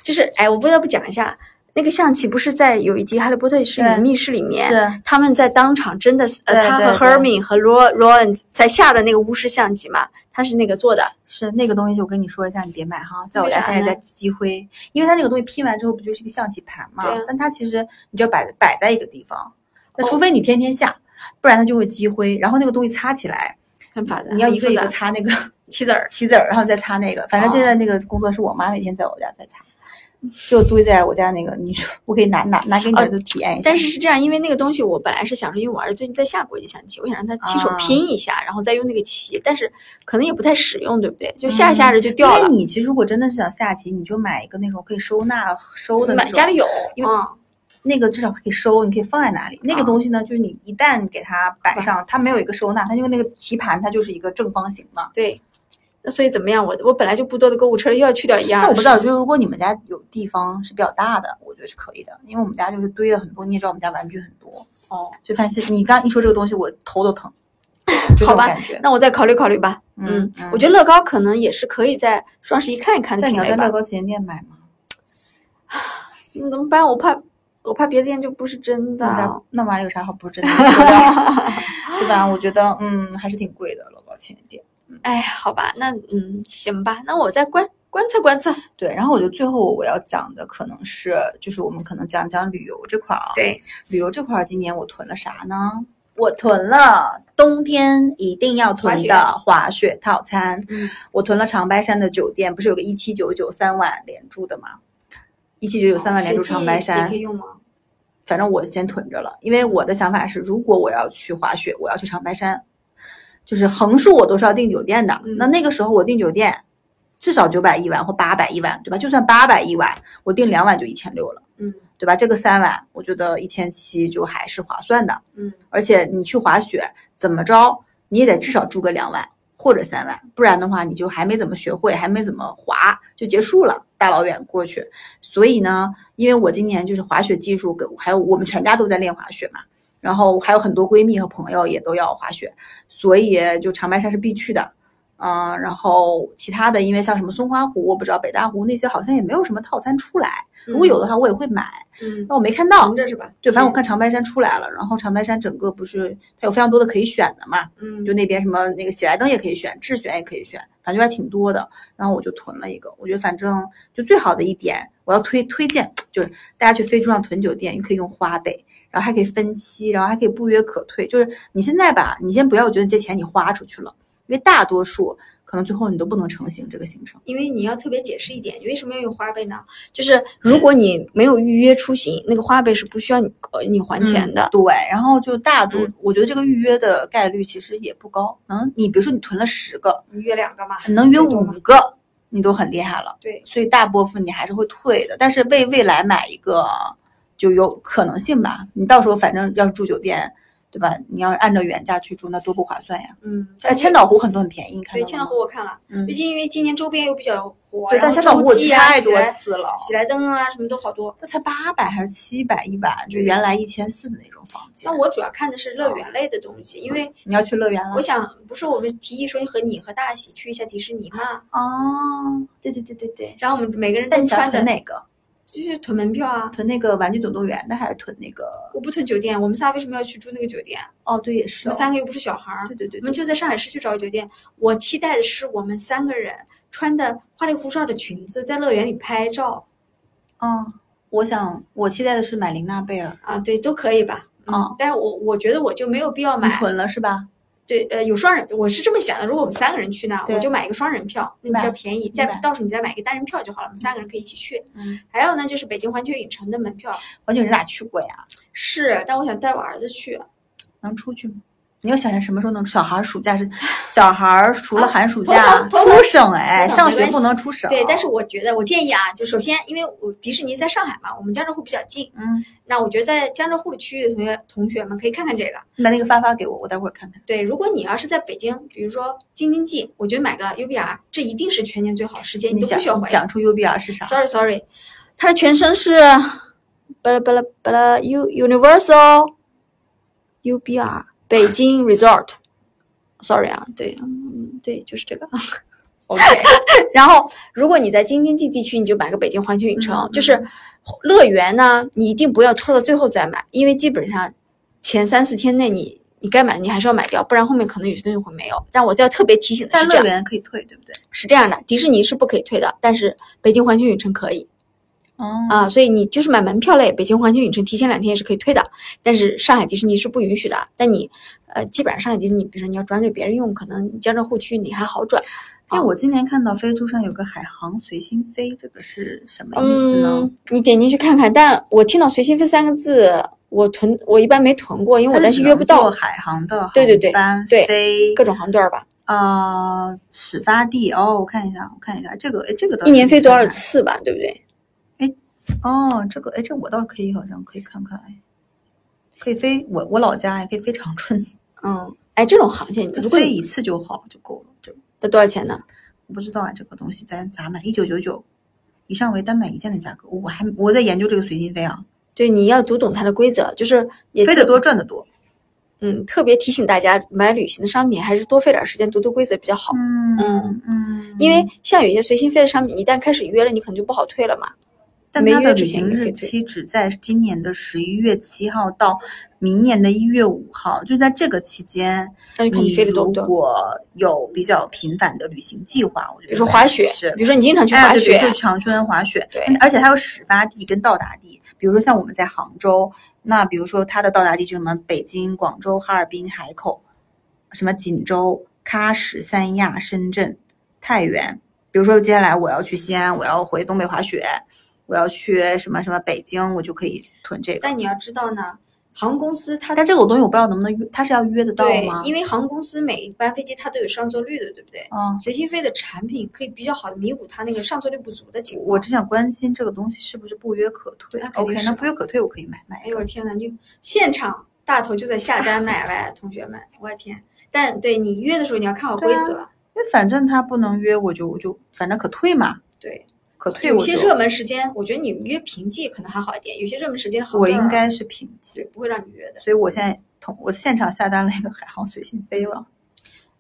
Speaker 1: 就是哎，我不得不讲一下那个象棋，不是在有一集《哈利波特》是
Speaker 2: 对
Speaker 1: 与密室里面，
Speaker 2: 是，
Speaker 1: 他们在当场真的，
Speaker 2: 对
Speaker 1: 呃，他
Speaker 2: 对
Speaker 1: 和 Hermin 和 Ro Rowan 在下的那个巫师象棋嘛，他是那个做的。
Speaker 2: 是那个东西，我跟你说一下，你别买哈，在我家
Speaker 1: 为啥
Speaker 2: 现在在
Speaker 1: 呢
Speaker 2: 积灰，因为它那个东西拼完之后不就是一个象棋盘嘛？
Speaker 1: 对啊
Speaker 2: 但它其实你就要摆摆在一个地方，那
Speaker 1: 哦
Speaker 2: 除非你天天下，不然它就会积灰。然后那个东西擦起来，
Speaker 1: 很烦的，
Speaker 2: 你要
Speaker 1: 很
Speaker 2: 一个
Speaker 1: 复
Speaker 2: 一
Speaker 1: 杂哦
Speaker 2: 个擦那个
Speaker 1: 棋子儿。
Speaker 2: 棋子儿，然后再擦那个。反正现在那个工作是我妈每天在我家在擦，就堆在我家那个，你说我可以拿拿拿给你
Speaker 1: 哦
Speaker 2: 儿子体验一下。
Speaker 1: 但是是这样，因为那个东西我本来是想着，因为我儿子最近在下国际象棋，我想让他亲手
Speaker 2: 啊
Speaker 1: 拼一下，然后再用那个棋，但是可能也不太实用，对不对？就下着下着就掉
Speaker 2: 嗯因
Speaker 1: 了
Speaker 2: 为。你其实如果真的是想下棋，你就买一个那种可以收纳收的那
Speaker 1: 买
Speaker 2: 种，
Speaker 1: 家里有，
Speaker 2: 因为
Speaker 1: 嗯
Speaker 2: 那个至少可以收，你可以放在哪里。那个
Speaker 1: 啊
Speaker 2: 东西呢，就是你一旦给它摆上，它没有一个收纳，它因为那个棋盘它就是一个正方形嘛。
Speaker 1: 对。那所以怎么样？我我本来就不多的购物车里又要去掉一样。
Speaker 2: 但我不知道，，就是如果你们家有地方是比较大的，我觉得是可以的，因为我们家就是堆了很多，你也知道我们家玩具很多，
Speaker 1: 哦，
Speaker 2: 就发现你刚一说这个东西，我头都 疼，就这种
Speaker 1: 好吧
Speaker 2: 感觉。
Speaker 1: 那我再考虑考虑吧。
Speaker 2: 嗯
Speaker 1: 嗯，
Speaker 2: 嗯
Speaker 1: 我觉得乐高可能也是可以在双十一看一看的
Speaker 2: 但你
Speaker 1: 品
Speaker 2: 要
Speaker 1: 类
Speaker 2: 在
Speaker 1: 吧。
Speaker 2: 乐高旗舰店买吗？
Speaker 1: 那怎么办？我怕，我怕别的店就不是真的。
Speaker 2: 嗯那那玩意儿有啥好不是真的？ 对吧？我觉得嗯还是挺贵的，乐高旗舰店。
Speaker 1: 哎，好吧，那嗯，行吧，那我再观观测观测。
Speaker 2: 对，然后我觉得最后我要讲的可能是，就是我们可能讲讲旅游这块儿啊。，
Speaker 1: 对，
Speaker 2: 旅游这块儿今年我囤了啥呢？我囤了冬天一定要囤的滑雪套餐，
Speaker 1: 嗯
Speaker 2: 我囤了长白山的酒店，不是有个一七九九三晚连住的吗？一七九九三晚连住长白
Speaker 1: 也
Speaker 2: 山
Speaker 1: 可，以用吗？
Speaker 2: 反正我先囤着了，因为我的想法是，如果我要去滑雪，我要去长白山，就是横竖我都是要订酒店的。
Speaker 1: 嗯
Speaker 2: 那那个时候我订酒店，至少九百一晚或八百一晚，对吧？就算八百一晚，我订两晚就一千六了，
Speaker 1: 嗯
Speaker 2: 对吧？这个三晚，我觉得一千七就还是划算的。
Speaker 1: 嗯，
Speaker 2: 而且你去滑雪，怎么着你也得至少住个两晚，或者三万，不然的话你就还没怎么学会，还没怎么滑就结束了，大老远过去。所以呢，因为我今年就是滑雪技术跟还有我们全家都在练滑雪嘛，然后还有很多闺蜜和朋友也都要滑雪，所以就长白山是必去的。嗯，然后其他的，因为像什么松花湖，我不知道北大湖那些好像也没有什么套餐出来，如果有的话我也会买，
Speaker 1: 嗯，
Speaker 2: 哦但我没看到
Speaker 1: 横。着是吧？
Speaker 2: 对，反正我看长白山出来了，然后长白山整个不是它有非常多的可以选的嘛，
Speaker 1: 嗯，
Speaker 2: 就那边什么那个喜来登也可以选，智选也可以选，反正就还挺多的。然后我就囤了一个，我觉得反正就最好的一点，我要推推荐就是大家去飞猪上囤酒店，你可以用花呗，然后还可以分期，然后还可以不约可退。就是你现在吧，你先不要觉得这钱你花出去了，因为大多数可能最后你都不能成行这个行程。
Speaker 1: 因为你要特别解释一点，你为什么要用花呗呢？就是如果你没有预约出行，那个花呗是不需要你呃你还钱的。
Speaker 2: 嗯对，然后就大多，
Speaker 1: 嗯
Speaker 2: 我觉得这个预约的概率其实也不高。能，你比如说你囤了十个，
Speaker 1: 你嗯约两个嘛？
Speaker 2: 能约
Speaker 1: 最多
Speaker 2: 五
Speaker 1: 嘛
Speaker 2: 个，你都很厉害了。
Speaker 1: 对，
Speaker 2: 所以大部分你还是会退的，但是为未来买一个就有可能性吧。你到时候反正要是住酒店，对吧？你要是按照原价去住，那多不划算呀。
Speaker 1: 嗯，
Speaker 2: 哎，千岛湖很多很便宜，你看
Speaker 1: 对
Speaker 2: 到
Speaker 1: 千
Speaker 2: 了
Speaker 1: 岛
Speaker 2: 吗
Speaker 1: 湖，我看了，
Speaker 2: 嗯
Speaker 1: 最，近因为今年周边又比较火，
Speaker 2: 对，
Speaker 1: 然
Speaker 2: 但
Speaker 1: 后
Speaker 2: 千岛湖我
Speaker 1: 洲际啊、
Speaker 2: 太
Speaker 1: 喜
Speaker 2: 多
Speaker 1: 来
Speaker 2: 次了，
Speaker 1: 喜来登啊什么都好多。
Speaker 2: 这才八百还是七百一晚，就原来一千四的那种房间。
Speaker 1: 那我主要看的是乐园类的东西，因为
Speaker 2: 你要去乐园了
Speaker 1: 我想不是我们提议说和你和大喜去一下迪士尼嘛，
Speaker 2: 哦，对对对对对。
Speaker 1: 然后我们每个人
Speaker 2: 但
Speaker 1: 都
Speaker 2: 你想
Speaker 1: 穿的
Speaker 2: 囤哪个？
Speaker 1: 就是囤门票啊。
Speaker 2: 囤那个《玩具总动员》的，还是囤那个？
Speaker 1: 我不囤酒店，我们仨为什么要去住那个酒店？
Speaker 2: 哦，对，也
Speaker 1: 我
Speaker 2: 是、哦
Speaker 1: 们。三个又不是小孩儿，
Speaker 2: 对对对
Speaker 1: 我们
Speaker 2: 对，
Speaker 1: 就在上海市区找个酒店。我期待的是我们三个人穿的花里胡哨的裙子在乐园里拍照
Speaker 2: 嗯，我想我期待的是买玲娜贝尔，
Speaker 1: 啊，对，都可以吧。嗯
Speaker 2: 哦，
Speaker 1: 但是我我觉得我就没有必要
Speaker 2: 你
Speaker 1: 买，
Speaker 2: 囤了是吧？
Speaker 1: 对，呃，有双人，我是这么想的，如果我们三个人去呢，
Speaker 2: 对
Speaker 1: 我就买一个双人票，那个比较
Speaker 2: 买
Speaker 1: 便宜，
Speaker 2: 买
Speaker 1: 再到时候你再买一个单人票就好了，我们三个人可以一起去。
Speaker 2: 嗯，
Speaker 1: 还有呢，就是北京环球影城的门票
Speaker 2: 完全是俩去过呀，
Speaker 1: 是，但我想带我儿子去，
Speaker 2: 能出去吗？你要想想什么时候能？小孩儿暑假是，小孩儿除了寒暑假、
Speaker 1: 啊头疼头疼
Speaker 2: 出省哎，
Speaker 1: 头疼
Speaker 2: 上
Speaker 1: 没
Speaker 2: 学
Speaker 1: 关系
Speaker 2: 不能出省。
Speaker 1: 对，但是我觉得我建议啊，就首先因为我迪士尼在上海嘛，我们江浙沪比较近，
Speaker 2: 嗯，
Speaker 1: 那我觉得在江浙沪区域的同学同学们可以看看这个。
Speaker 2: 你把那个发发给我，我待会儿看看。
Speaker 1: 对，如果你要是在北京，比如说京津冀，我觉得买个 UBR，这一定是全年最好的时间，你都
Speaker 2: 想
Speaker 1: 不需要怀疑。
Speaker 2: 讲出 UBR 是啥？
Speaker 1: Sorry Sorry，它的全称是巴拉巴拉巴拉 U Universal UBR 北京 Resort。Sorry 啊，对，嗯，对，就是这个。
Speaker 2: OK，
Speaker 1: 然后，如果你在京津冀地区，你就买个北京环球影城，
Speaker 2: 嗯
Speaker 1: 就是乐园呢，你一定不要拖到最后再买，因为基本上前三四天内你你该买的你还是要买掉，不然后面可能有些东西会没有。但我都要特别提醒的
Speaker 2: 但
Speaker 1: 是这
Speaker 2: 乐
Speaker 1: 样，
Speaker 2: 园可以退，对不对？
Speaker 1: 是这样的，迪士尼是不可以退的，但是北京环球影城可以。
Speaker 2: 哦
Speaker 1: 啊，所以你就是买门票类，北京环球影城提前两天也是可以退的，但是上海迪士尼是不允许的。但你，呃，基本上上海迪士尼，比如说你要转给别人用，可能江浙沪区你还好转。
Speaker 2: 哎，
Speaker 1: 啊
Speaker 2: 我今年看到飞猪上有个海航随心飞，这个是什么意思呢？
Speaker 1: 嗯，你点进去看看。但我听到“随心飞”三个字，我囤，我一般没囤过，因为我
Speaker 2: 它
Speaker 1: 担
Speaker 2: 是
Speaker 1: 心
Speaker 2: 只
Speaker 1: 约不
Speaker 2: 能
Speaker 1: 到
Speaker 2: 坐海航的
Speaker 1: 对对对
Speaker 2: 航班
Speaker 1: 对
Speaker 2: 飞
Speaker 1: 各种航段儿吧。
Speaker 2: 呃始发地哦，我看一下，我看一下这个，哎，这个倒
Speaker 1: 一
Speaker 2: 是
Speaker 1: 年
Speaker 2: 没
Speaker 1: 飞多
Speaker 2: 看
Speaker 1: 少
Speaker 2: 看
Speaker 1: 次吧，对不对？
Speaker 2: 哦，这个哎，这我倒可以，好像可以看看哎，可以飞我我老家也可以飞长春，
Speaker 1: 嗯，哎，这种航线，
Speaker 2: 就
Speaker 1: 如果
Speaker 2: 飞
Speaker 1: 你
Speaker 2: 一次就好就够了。就
Speaker 1: 它多少钱呢？
Speaker 2: 我不知道啊，这个东西咱咋买？一九九九以上为单买一件的价格，我还我在研究这个随心飞啊，
Speaker 1: 对，你要读懂它的规则，就是也
Speaker 2: 飞
Speaker 1: 特
Speaker 2: 得多赚得多。
Speaker 1: 嗯，特别提醒大家买旅行的商品还是多费点时间读读规则比较好。
Speaker 2: 嗯
Speaker 1: 嗯
Speaker 2: 嗯
Speaker 1: 因为像有一些随心飞的商品，一旦开始约了，你可能就不好退了嘛。
Speaker 2: 但
Speaker 1: 没
Speaker 2: 它的
Speaker 1: 约之
Speaker 2: 旅
Speaker 1: 前
Speaker 2: 行
Speaker 1: 也可
Speaker 2: 日
Speaker 1: 以退
Speaker 2: 期只在今年的十一月七号到明年的一月五号，就在这个期间，
Speaker 1: 那就看你飞的多不
Speaker 2: 如
Speaker 1: 多。
Speaker 2: 果有比较频繁的旅行计划，我觉
Speaker 1: 比
Speaker 2: 得
Speaker 1: 如说滑雪
Speaker 2: 是，
Speaker 1: 比如说你经常去
Speaker 2: 哎
Speaker 1: 滑
Speaker 2: 对
Speaker 1: 雪
Speaker 2: 比，如说长春滑雪，
Speaker 1: 对
Speaker 2: 嗯而且它有始发地跟到达地。比如说像我们在杭州，那比如说它的到达地就是什么北京、广州、哈尔滨、海口，什么锦州、喀什、三亚、深圳、太原。比如说接下来我要去西安，我要回东北滑雪，我要去什么什么北京，我就可以囤这个。
Speaker 1: 但你要知道呢，航空公司它
Speaker 2: 但这个我东西我不知道能不能约，它是要约得到
Speaker 1: 对
Speaker 2: 吗，？
Speaker 1: 因为航空公司每一班飞机它都有上座率的，对不对？
Speaker 2: 嗯，
Speaker 1: 随心飞的产品可以比较好的弥补它那个上座率不足的情况。
Speaker 2: 我只想关心这个东西是不是不约可退
Speaker 1: 那。肯定
Speaker 2: OK，
Speaker 1: 是
Speaker 2: 那
Speaker 1: 了
Speaker 2: 不约可退我可以买买
Speaker 1: 哎
Speaker 2: 一
Speaker 1: 呦
Speaker 2: 个
Speaker 1: 我。天呐，你现场大头就在下单买呗，同学们，我的天！但对你约的时候你要看好规
Speaker 2: 对啊
Speaker 1: 则，
Speaker 2: 因为反正他不能约，我就我就反正可退嘛，
Speaker 1: 对，
Speaker 2: 可退
Speaker 1: 有
Speaker 2: 哎我
Speaker 1: 些
Speaker 2: 就
Speaker 1: 热门时间，我觉得你约平季可能还好一点，有些热门时间好
Speaker 2: 我
Speaker 1: 多人
Speaker 2: 应该是平级，
Speaker 1: 对不会让你约的，
Speaker 2: 所以我现在同我现场下单了一个海航随心飞了。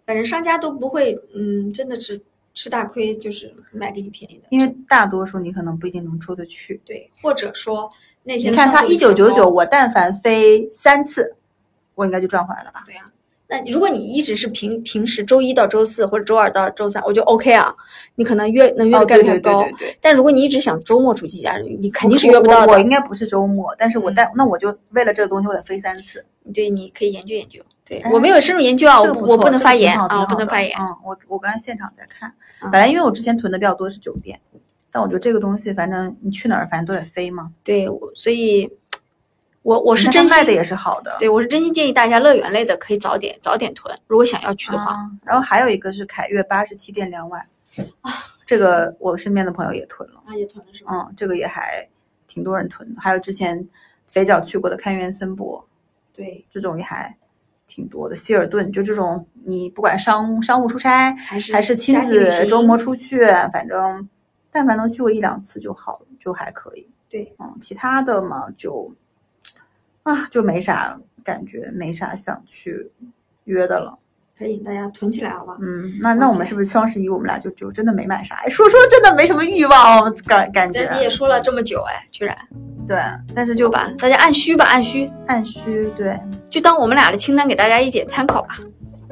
Speaker 1: 反正商家都不会，嗯，真的是吃大亏，就是买给你便宜的，
Speaker 2: 因为大多数你可能不一定能出得去。
Speaker 1: 对，或者说那
Speaker 2: 你
Speaker 1: 天
Speaker 2: 看
Speaker 1: 上
Speaker 2: 他
Speaker 1: 头
Speaker 2: 一
Speaker 1: 比
Speaker 2: 九
Speaker 1: 较
Speaker 2: 九九，
Speaker 1: 高，
Speaker 2: 我但凡飞三次，我应该就赚回来了吧？
Speaker 1: 对呀、那如果你一直是平平时周一到周四或者周二到周三，我觉得 OK 啊，你可能约能约的概率还高。
Speaker 2: 哦对对对，
Speaker 1: 但如果你一直想周末出去一家，你肯定是约不到
Speaker 2: 我我。我
Speaker 1: 的。嗯
Speaker 2: 应该不是周末，但是我但那我就为了这个东西，我得飞三次。
Speaker 1: 对，你可以研究研究。对
Speaker 2: 哎
Speaker 1: 我没有深入研究啊，我
Speaker 2: 这个
Speaker 1: 不
Speaker 2: 错
Speaker 1: 我不能发言
Speaker 2: 这个挺
Speaker 1: 啊，
Speaker 2: 好
Speaker 1: 我不能发言
Speaker 2: 挺。好的嗯，我我刚才现场在看，
Speaker 1: 嗯
Speaker 2: 本来因为我之前囤的比较多是酒店，但我觉得这个东西反正你去哪儿反正都得飞嘛。
Speaker 1: 对，我所以，我我
Speaker 2: 我
Speaker 1: 是真心
Speaker 2: 卖的也是好的。
Speaker 1: 对我是真心建议大家乐园类的可以早点早点囤，如果想要去的话，
Speaker 2: 啊然后还有一个是凯悦八十七点两万，
Speaker 1: 啊
Speaker 2: 这个我身边的朋友也囤了。
Speaker 1: 那也囤了是吧？
Speaker 2: 嗯，这个也还挺多人囤的。还有之前肥脚去过的开元森博，
Speaker 1: 对，
Speaker 2: 这种也还挺多的。希尔顿就这种，你不管商商务出差
Speaker 1: 还是
Speaker 2: 还是亲
Speaker 1: 家庭旅
Speaker 2: 子
Speaker 1: 行
Speaker 2: 周末出去，反正但凡能去过一两次就好，就还可以。
Speaker 1: 对，
Speaker 2: 嗯，其他的嘛就啊就没啥感觉，没啥想去约的了。
Speaker 1: 可以大家囤起来好不好？
Speaker 2: 嗯，那那我们是不是双十一我们俩就就真的没买啥？哎说说真的没什么欲望哦，感感觉
Speaker 1: 但你也说了这么久哎，居
Speaker 2: 嗯
Speaker 1: 然
Speaker 2: 对，但是
Speaker 1: 对
Speaker 2: 就
Speaker 1: 吧？大家按需吧，按需，
Speaker 2: 按需对。
Speaker 1: 就当我们俩的清单给大家一点参考吧。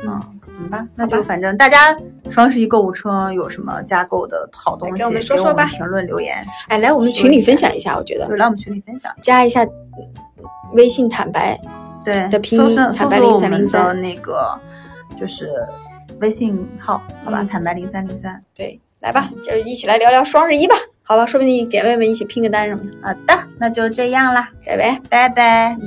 Speaker 2: 嗯，行吧，那
Speaker 1: 啊好吧
Speaker 2: 就反正大家双十一购物车有什么加购的好东西，
Speaker 1: 哎给我们说说吧
Speaker 2: 给我们评论留言，
Speaker 1: 哎，来我们群里分享一下，我觉得
Speaker 2: 就来我们群里分享。
Speaker 1: 加一下微信坦白，
Speaker 2: 对，
Speaker 1: 的拼
Speaker 2: 搜
Speaker 1: 音
Speaker 2: 索
Speaker 1: 坦白
Speaker 2: 搜索我
Speaker 1: 03
Speaker 2: 们的
Speaker 1: 03
Speaker 2: 那个就是微信号，好吧，
Speaker 1: 嗯
Speaker 2: 坦白零三零三。
Speaker 1: 对，来吧，就一起来聊聊双十一吧，好吧？说不定姐妹们一起拼个单什么的，
Speaker 2: 好的，那就这样啦，
Speaker 1: 拜拜。
Speaker 2: 拜拜。